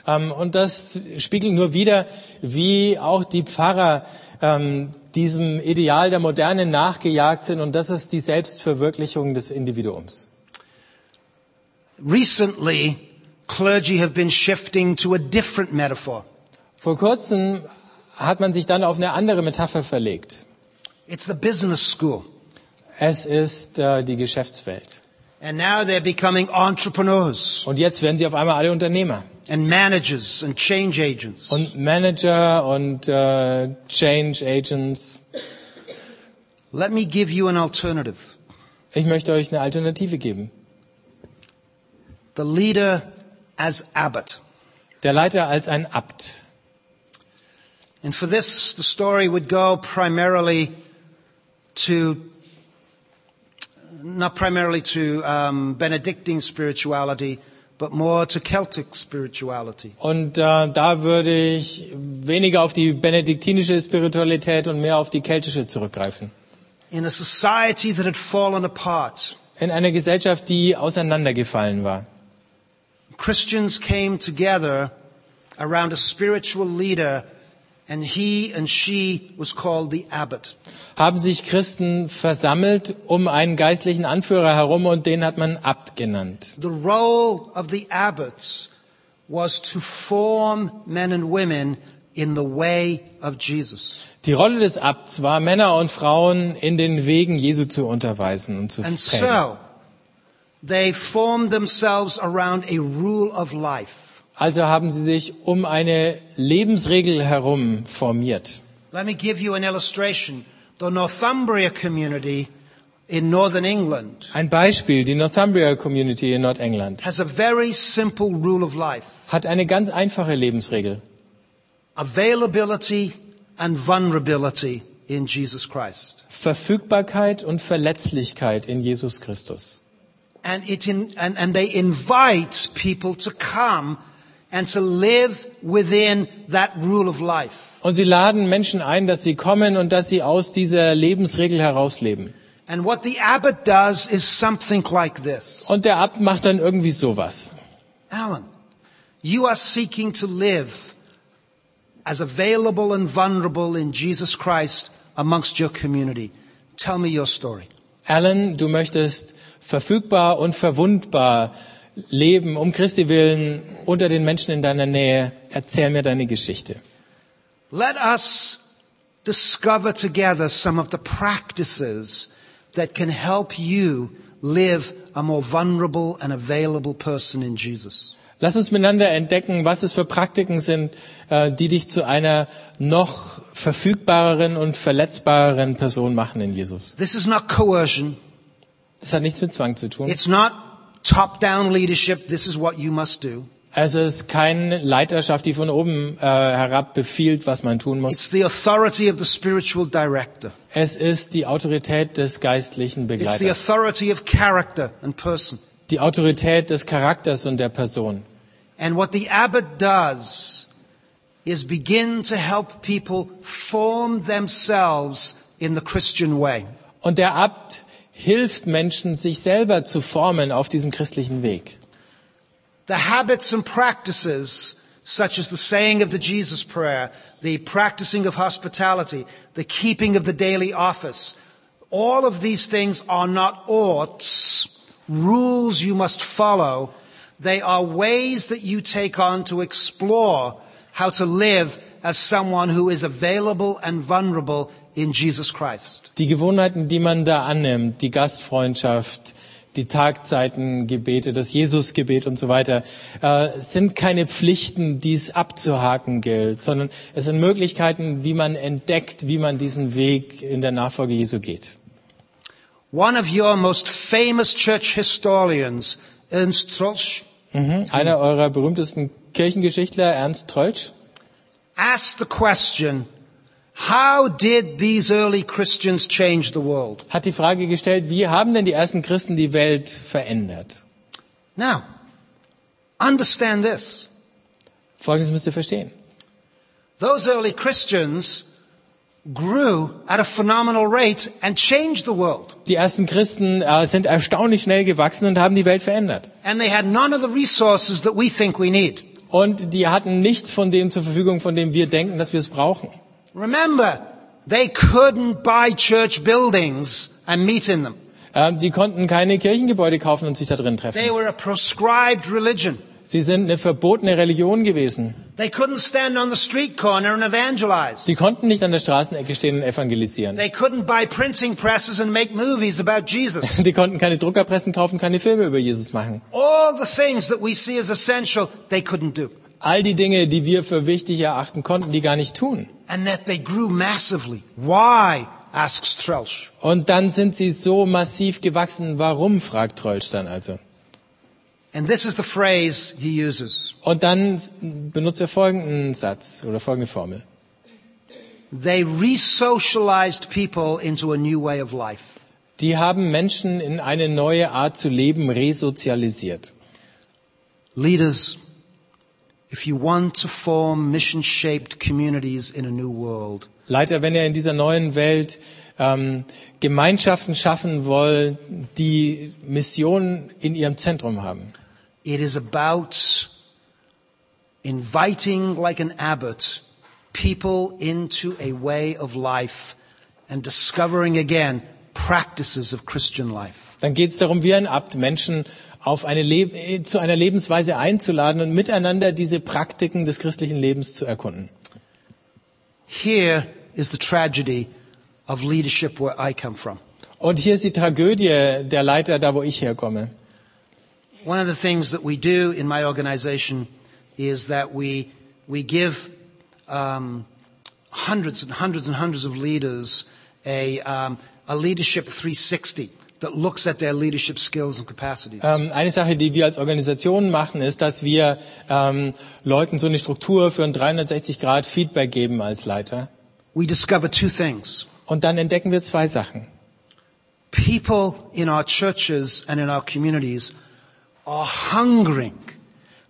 B: Ähm, und das spiegelt nur wider, wie auch die Pfarrer ähm, diesem Ideal der Moderne nachgejagt sind. Und das ist die Selbstverwirklichung des Individuums.
A: Recently, clergy have been shifting to a different metaphor.
B: Vor kurzem hat man sich dann auf eine andere Metapher verlegt.
A: It's the business school.
B: Es ist äh, die Geschäftswelt.
A: And now they're becoming entrepreneurs
B: Und jetzt werden sie auf einmal alle Unternehmer
A: and managers and change agents.
B: und Manager und äh, Change Agents.
A: Let me give you an alternative.
B: Ich möchte euch eine Alternative geben.
A: The leader as abbot.
B: Der Leiter als ein Abt.
A: And for this, the story would go primarily to, not primarily to um, Benedictine spirituality, but more to Celtic spirituality.
B: Und äh, da würde ich weniger auf die benediktinische Spiritualität und mehr auf die keltische zurückgreifen.
A: In a society that had fallen apart,
B: In einer Gesellschaft, die auseinandergefallen war.
A: Christians came together around a spiritual leader, and he and she was called the abbot.
B: haben sich Christen versammelt um einen geistlichen Anführer herum und den hat man Abt genannt.
A: The role of the abbots was to form men and women in the way of Jesus.
B: Die Rolle des Abts war, Männer und Frauen in den Wegen Jesu zu unterweisen und zu
A: And
B: prägen.
A: so they formed themselves around a rule of life.
B: Also haben sie sich um eine Lebensregel herum formiert.
A: Let me give you an illustration. The Northumbria community in northern England
B: Ein Beispiel, die Northumbria Community in Nordengland
A: has a very simple rule of life.
B: hat eine ganz einfache Lebensregel.
A: Availability and vulnerability in Jesus Christ.
B: Verfügbarkeit und Verletzlichkeit in Jesus Christus.
A: and, it in, and, and they invite people to come and to live within that rule of life.
B: Und sie laden Menschen ein, dass sie kommen und dass sie aus dieser Lebensregel herausleben.
A: And what the abbot does is something like this.
B: Und der Abt macht dann irgendwie sowas.
A: Alan, you are seeking to live as available and vulnerable in Jesus Christ amongst your community. Tell me your story.
B: Alan, du möchtest verfügbar und verwundbar leben, um Christi willen, unter den Menschen in deiner Nähe. Erzähl mir deine Geschichte.
A: Let us discover together some of the practices that can help you live a more vulnerable and available person in Jesus.
B: Lass uns miteinander entdecken, was es für Praktiken sind, äh, die dich zu einer noch verfügbareren und verletzbareren Person machen in Jesus.
A: This is not coercion.
B: Das hat nichts mit Zwang zu tun.
A: It's not top-down leadership. This is what you must do.
B: Also Es ist keine Leiterschaft, die von oben äh, herab befiehlt, was man tun muss.
A: It's the authority of the spiritual director.
B: Es ist die Autorität des geistlichen
A: It's the
B: Begleiters.
A: authority of character and person.
B: die Autorität des Charakters und der Person.
A: And what the abbot does is begin to help people form themselves in the Christian way.
B: Und der Abt hilft Menschen, sich selber zu formen auf diesem christlichen Weg.
A: The habits and practices, such as the saying of the Jesus prayer, the practicing of hospitality, the keeping of the daily office, all of these things are not oughts, rules you must follow. They are ways that you take on to explore how to live as someone who is available and vulnerable in Jesus Christ.
B: Die Gewohnheiten, die man da annimmt, die Gastfreundschaft, die Tagzeitengebete, das Jesusgebet und so weiter, äh, sind keine Pflichten, die es abzuhaken gilt, sondern es sind Möglichkeiten, wie man entdeckt, wie man diesen Weg in der Nachfolge Jesu geht.
A: One of your most famous church historians, Ernst Trosch,
B: Mhm. Einer eurer berühmtesten Kirchengeschichtler, Ernst Troeltsch,
A: ask the question, how did these early Christians change the world?
B: hat die Frage gestellt, wie haben denn die ersten Christen die Welt verändert?
A: Now, understand this.
B: Folgendes müsst ihr verstehen.
A: Those early Christians grew at a phenomenal rate and changed the world.
B: Die ersten Christen äh, sind erstaunlich schnell gewachsen und haben die Welt verändert.
A: And they had none of the resources that we think we need.
B: Und die hatten nichts von dem zur Verfügung, von dem wir denken, dass wir es brauchen.
A: Remember, they couldn't buy church buildings and meet in them.
B: Ähm, die konnten keine Kirchengebäude kaufen und sich da drin
A: They
B: treffen.
A: were a proscribed religion.
B: Sie sind eine verbotene Religion gewesen.
A: They couldn't stand on the street corner and evangelize.
B: Die konnten nicht an der Straßenecke stehen und evangelisieren.
A: They couldn't buy printing presses and make movies about Jesus.
B: Die konnten keine Druckerpressen kaufen, keine Filme über Jesus machen.
A: All the things that we see as essential, they couldn't do.
B: All die Dinge, die wir für wichtig erachten, konnten die gar nicht tun.
A: And that they grew massively. Why? asks Trelsch.
B: Und dann sind sie so massiv gewachsen. Warum, fragt Trollsch dann also.
A: And this is the phrase he uses.
B: Und dann benutzt er folgenden Satz oder folgende Formel.
A: They re-socialized people into a new way of life.
B: Die haben Menschen in eine neue Art zu leben resozialisiert.
A: Leaders, if you want to form mission-shaped communities in a new world,
B: Leiter, wenn ihr in dieser neuen Welt ähm, Gemeinschaften schaffen wollt, die Missionen in ihrem Zentrum haben,
A: it is about inviting like an abbot people into a way of life and discovering again practices of Christian life.
B: dann geht es darum, wie ein Abt Menschen auf eine Leb- äh, zu einer Lebensweise einzuladen und miteinander diese Praktiken des christlichen Lebens zu erkunden.
A: Here is the tragedy of leadership where I come from.
B: Und hier ist die Tragödie der Leiter, da wo ich herkomme.
A: One of the things that we do in my organization is that we, we give um, hundreds and hundreds and hundreds of leaders a, um, a leadership 360 that looks at their leadership skills and capacities.
B: Ähm, eine Sache, die wir als Organisation machen, ist, dass wir ähm, Leuten so eine Struktur für ein 360-Grad-Feedback geben als Leiter.
A: we discover two things.
B: Und dann entdecken wir zwei Sachen.
A: People in our churches and in our communities are hungering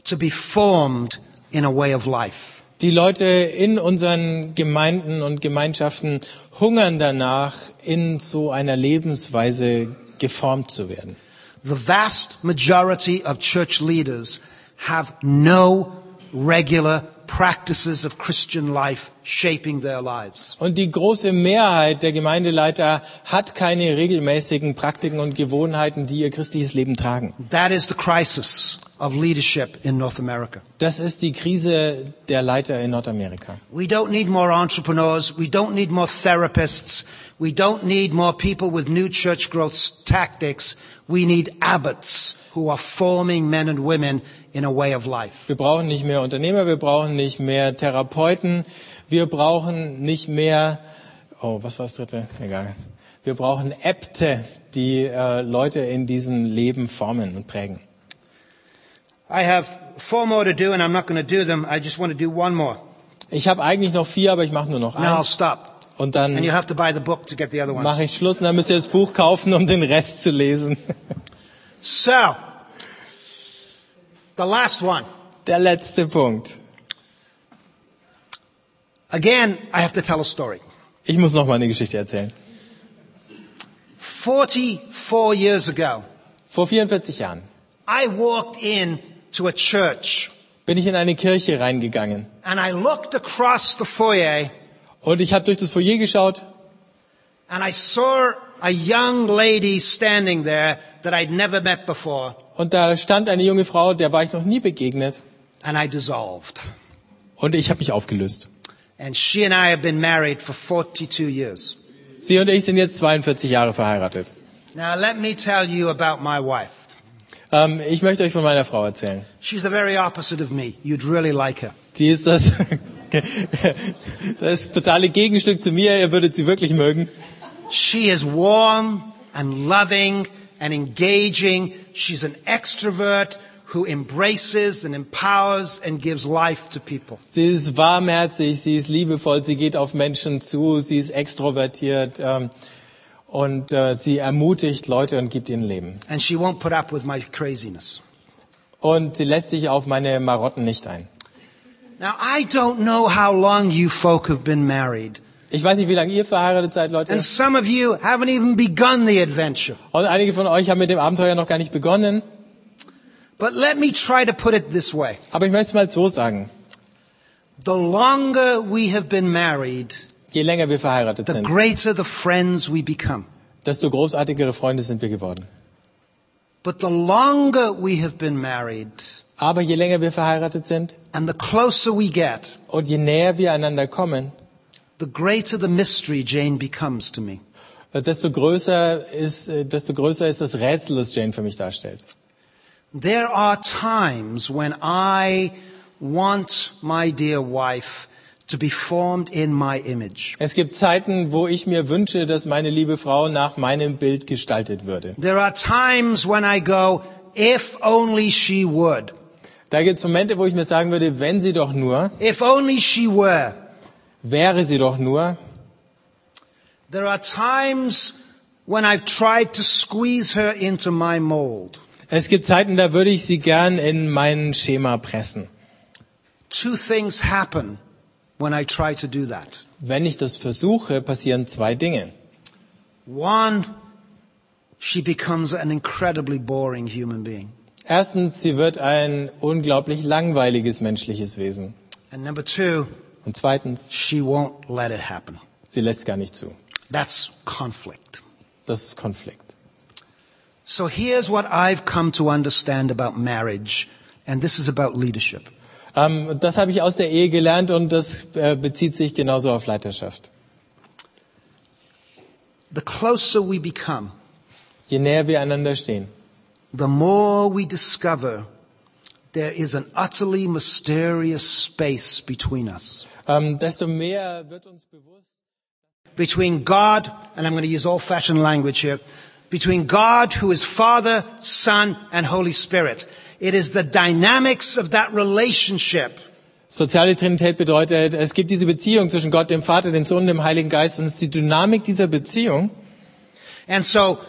A: to be formed in a way of life.
B: Die Leute in unseren Gemeinden und Gemeinschaften hungern danach, in so einer Lebensweise geformt zu werden.
A: The vast majority of church leaders have no regular practices of Christian life shaping their lives.
B: Und die große Mehrheit der Gemeindeleiter hat keine regelmäßigen Praktiken und Gewohnheiten, die ihr christliches Leben tragen.
A: That is the crisis of leadership in North America.
B: Das ist die Krise der Leiter in Nordamerika.
A: We don't need more entrepreneurs. We don't need more therapists. We don't need more people with new church growth tactics. We need abbots who are forming men and women in a way of life.
B: Wir brauchen nicht mehr Unternehmer, wir brauchen nicht mehr Therapeuten, wir brauchen nicht mehr, oh, was war das dritte? Egal. Wir brauchen Äbte, die äh, Leute in diesem Leben formen und prägen.
A: I have four more to do and I'm not going to do them. I just want to do one more.
B: Ich habe eigentlich noch vier, aber ich mache nur noch
A: Now I'll
B: eins.
A: stop.
B: Und
A: And you
B: dann
A: have to buy the book to get the other one.
B: mache ich Schluss und dann müsst ihr das Buch kaufen, um den Rest zu lesen.
A: So, the last one.
B: Der letzte Punkt.
A: Again, I have to tell a story.
B: Ich muss noch mal eine Geschichte erzählen.
A: 44 years ago,
B: Vor 44 Jahren
A: I walked in to a church
B: bin ich in eine Kirche reingegangen
A: and I looked across the foyer
B: und ich habe durch das Foyer geschaut
A: and I saw a young lady standing there that I'd never met before
B: und da stand eine junge Frau, der war ich noch nie begegnet.
A: and I dissolved.
B: Und ich habe mich aufgelöst.
A: And she and I have been married for 42 years.
B: Sie und ich sind jetzt 42 Jahre verheiratet.
A: Now let me tell you about my wife.
B: Ähm, ich möchte euch von meiner Frau erzählen.
A: She's the very opposite of me. You'd really like her.
B: Die ist das, das totale Gegenstück zu mir. Ihr würdet sie wirklich mögen.
A: She is warm and loving and engaging. She's an extrovert who embraces and empowers and gives life to people.
B: Sie ist warmherzig, sie ist liebevoll, sie geht auf Menschen zu, sie ist extrovertiert ähm, und äh, sie ermutigt Leute und gibt ihnen Leben.
A: And she won't put up with my craziness.
B: Und sie lässt sich auf meine Marotten nicht ein.
A: Now, I don't know how long you folk have been married.
B: Ich weiß nicht, wie lange ihr verheiratet seid, Leute.
A: And some of you haven't even begun the adventure.
B: Und einige von euch haben mit dem Abenteuer noch gar nicht begonnen.
A: But let me try to put it this way.
B: Aber ich möchte es mal so sagen.
A: The longer we have been married,
B: Je länger wir verheiratet
A: the
B: sind,
A: greater the friends we become.
B: desto großartigere Freunde sind wir geworden.
A: But the longer we have been married
B: Aber je länger wir verheiratet sind
A: and the closer we get,
B: und je näher wir einander kommen,
A: the greater the mystery Jane becomes to me.
B: äh, desto größer ist, äh, desto größer ist das Rätsel, das Jane für mich darstellt.
A: There are times when I want my dear wife to be formed in my image.
B: Es gibt Zeiten, wo ich mir wünsche, dass meine liebe Frau nach meinem Bild gestaltet würde.
A: There are times when I go, if only she would.
B: Da gibt es Momente, wo ich mir sagen würde, wenn sie doch nur,
A: If only she were.
B: wäre sie doch nur.
A: There are times when I've tried to squeeze her into my mold.
B: Es gibt Zeiten, da würde ich sie gern in mein Schema pressen.
A: Two things happen when I try to do that.
B: Wenn ich das versuche, passieren zwei Dinge.
A: One, she becomes an incredibly boring human being.
B: Erstens, sie wird ein unglaublich langweiliges menschliches Wesen.
A: And number two,
B: Und zweitens,
A: she won't let it happen.
B: sie lässt gar nicht zu.
A: That's conflict.
B: Das ist Konflikt.
A: So here's what I've come to understand about marriage, and this is about leadership.
B: Ähm, das habe ich aus der Ehe gelernt und das äh, bezieht sich genauso auf Leiterschaft.
A: The closer we become,
B: Je näher wir einander stehen,
A: the more we discover there is an utterly mysterious space between us,
B: ähm, desto mehr wird uns bewusst,
A: between God, and I'm going to use old fashioned language here, between God who is Father, Son, and Holy Spirit. It is the dynamics of that relationship
B: soziale Trinität bedeutet, es gibt diese Beziehung zwischen Gott, dem Vater, dem Sohn und dem Heiligen Geist und es ist die Dynamik dieser Beziehung.
A: And so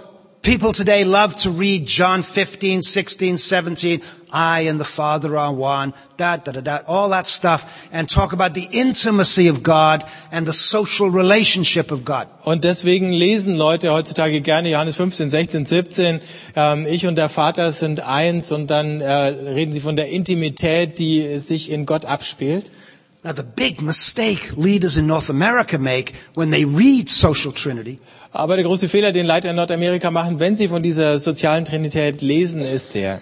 A: people today love to read John 15, 16, 17, I and the Father are one, da, da, da, da, all that stuff, and talk about the intimacy of God and the social relationship of God.
B: Und deswegen lesen Leute heutzutage gerne Johannes 15, 16, 17, ähm, ich und der Vater sind eins und dann äh, reden sie von der Intimität, die sich in Gott abspielt.
A: Now the big mistake leaders in North America make when they read social trinity
B: Aber der große Fehler, den Leiter in Nordamerika machen, wenn sie von dieser sozialen Trinität lesen, ist der,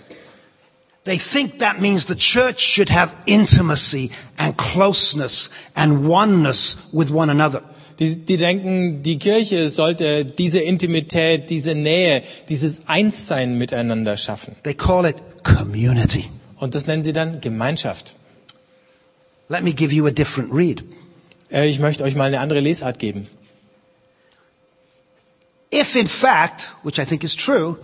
A: They think that means the church should have intimacy and closeness and oneness with one another.
B: die, die denken, die Kirche sollte diese Intimität, diese Nähe, dieses Einssein miteinander schaffen.
A: They call it community.
B: Und das nennen sie dann Gemeinschaft.
A: Let me give you a different read.
B: Äh, ich möchte euch mal eine andere Lesart geben.
A: If in fact, which I think is true,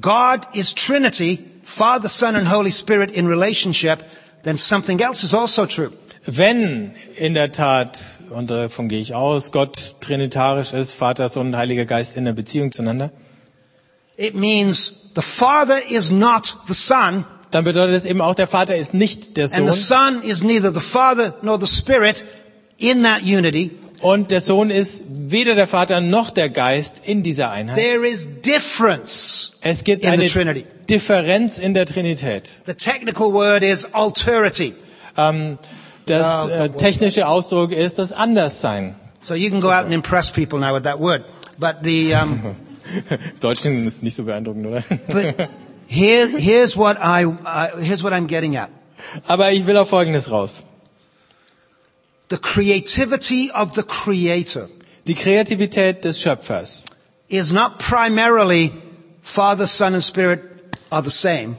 A: God is Trinity, Father, Son, and Holy Spirit in relationship, then something else is also true.
B: Wenn in der Tat, und davon gehe ich aus, Gott trinitarisch ist, Vater, Sohn und Heiliger Geist in der Beziehung zueinander,
A: It means the Father is not the Son,
B: dann bedeutet es eben auch, der Vater ist nicht der
A: and the
B: Sohn
A: Son is neither the Father nor the Spirit in that unity.
B: und der Sohn ist weder der Vater noch der Geist in dieser Einheit.
A: There is difference.
B: Es gibt
A: in the
B: eine
A: Trinity.
B: Differenz in der Trinität.
A: The technical word is alterity.
B: Ähm, das äh, technische Ausdruck ist das Anderssein.
A: So you can go out and impress people now with that word. But the, um,
B: Deutschen ist nicht so beeindruckend, oder?
A: but here, here's what I, uh, here's what I'm getting at.
B: Aber ich will auf Folgendes raus.
A: The creativity of the creator
B: Die Kreativität des Schöpfers
A: is not primarily Father, Son, and Spirit are the same.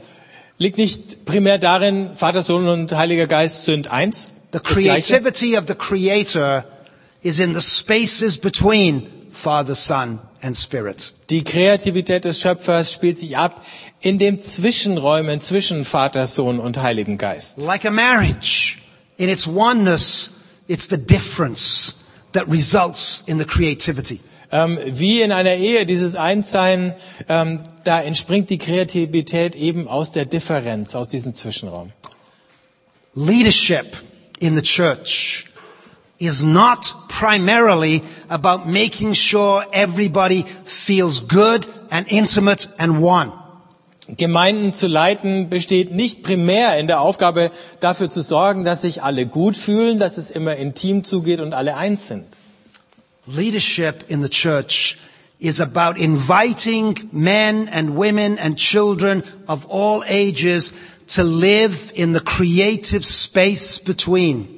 B: liegt nicht primär darin, Vater, Sohn und Heiliger Geist sind eins.
A: The
B: das Gleiche.
A: creativity of the creator is in the spaces between Father, Son, and spirit.
B: Die Kreativität des Schöpfers spielt sich ab in den Zwischenräumen zwischen Vater, Sohn und Heiligen Geist.
A: Like a marriage, in its oneness, it's the difference that results in the creativity.
B: Ähm, wie in einer Ehe, dieses Einssein, ähm, da entspringt die Kreativität eben aus der Differenz, aus diesem Zwischenraum.
A: Leadership in the church is not primarily about making sure everybody feels good and intimate and one.
B: Gemeinden zu leiten besteht nicht primär in der Aufgabe, dafür zu sorgen, dass sich alle gut fühlen, dass es immer intim zugeht und alle eins sind.
A: Leadership in the church is about inviting men and women and children of all ages to live in the creative space between.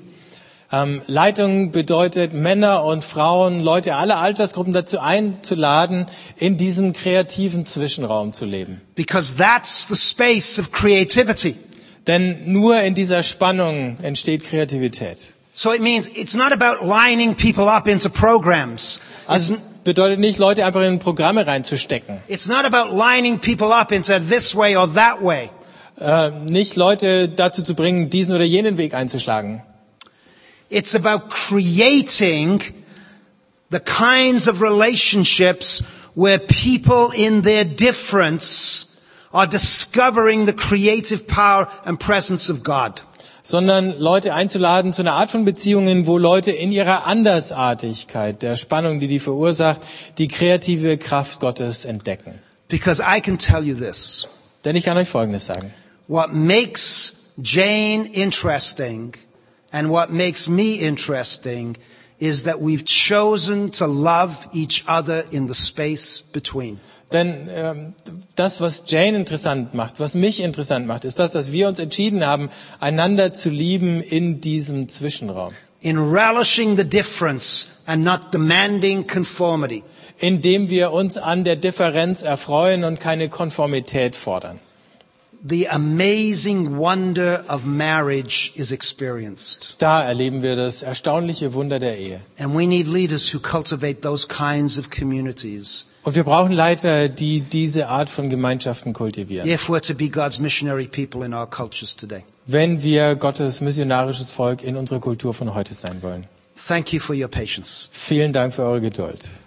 B: Ähm, Leitung bedeutet, Männer und Frauen, Leute aller Altersgruppen dazu einzuladen, in diesem kreativen Zwischenraum zu leben.
A: Because that's the space of creativity.
B: Denn nur in dieser Spannung entsteht Kreativität.
A: So it means it's not about lining people up into programs.
B: Also bedeutet nicht, Leute einfach in Programme reinzustecken.
A: It's not about lining people up into this way or that way.
B: Äh, nicht Leute dazu zu bringen, diesen oder jenen Weg einzuschlagen.
A: It's about creating the kinds of relationships where people in their difference are discovering the creative power and presence of God.
B: sondern Leute einzuladen zu einer Art von Beziehungen, wo Leute in ihrer Andersartigkeit, der Spannung, die die verursacht, die kreative Kraft Gottes entdecken.
A: Because I can tell you this.
B: Denn ich kann euch Folgendes sagen.
A: What makes Jane interesting and what makes me interesting is that we've chosen to love each other in the space between.
B: Denn ähm, das, was Jane interessant macht, was mich interessant macht, ist das, dass wir uns entschieden haben, einander zu lieben in diesem Zwischenraum,
A: In relishing the difference and not demanding conformity.
B: indem wir uns an der Differenz erfreuen und keine Konformität fordern.
A: The amazing wonder of marriage is experienced.
B: Da erleben wir das erstaunliche Wunder der Ehe.
A: And we need leaders who cultivate those kinds of communities
B: Und wir brauchen Leiter, die diese Art von Gemeinschaften kultivieren.
A: if we're to be God's missionary people in our cultures today.
B: Wenn wir Gottes missionarisches Volk in unserer Kultur von heute sein wollen.
A: Thank you for your patience.
B: Vielen Dank für eure Geduld.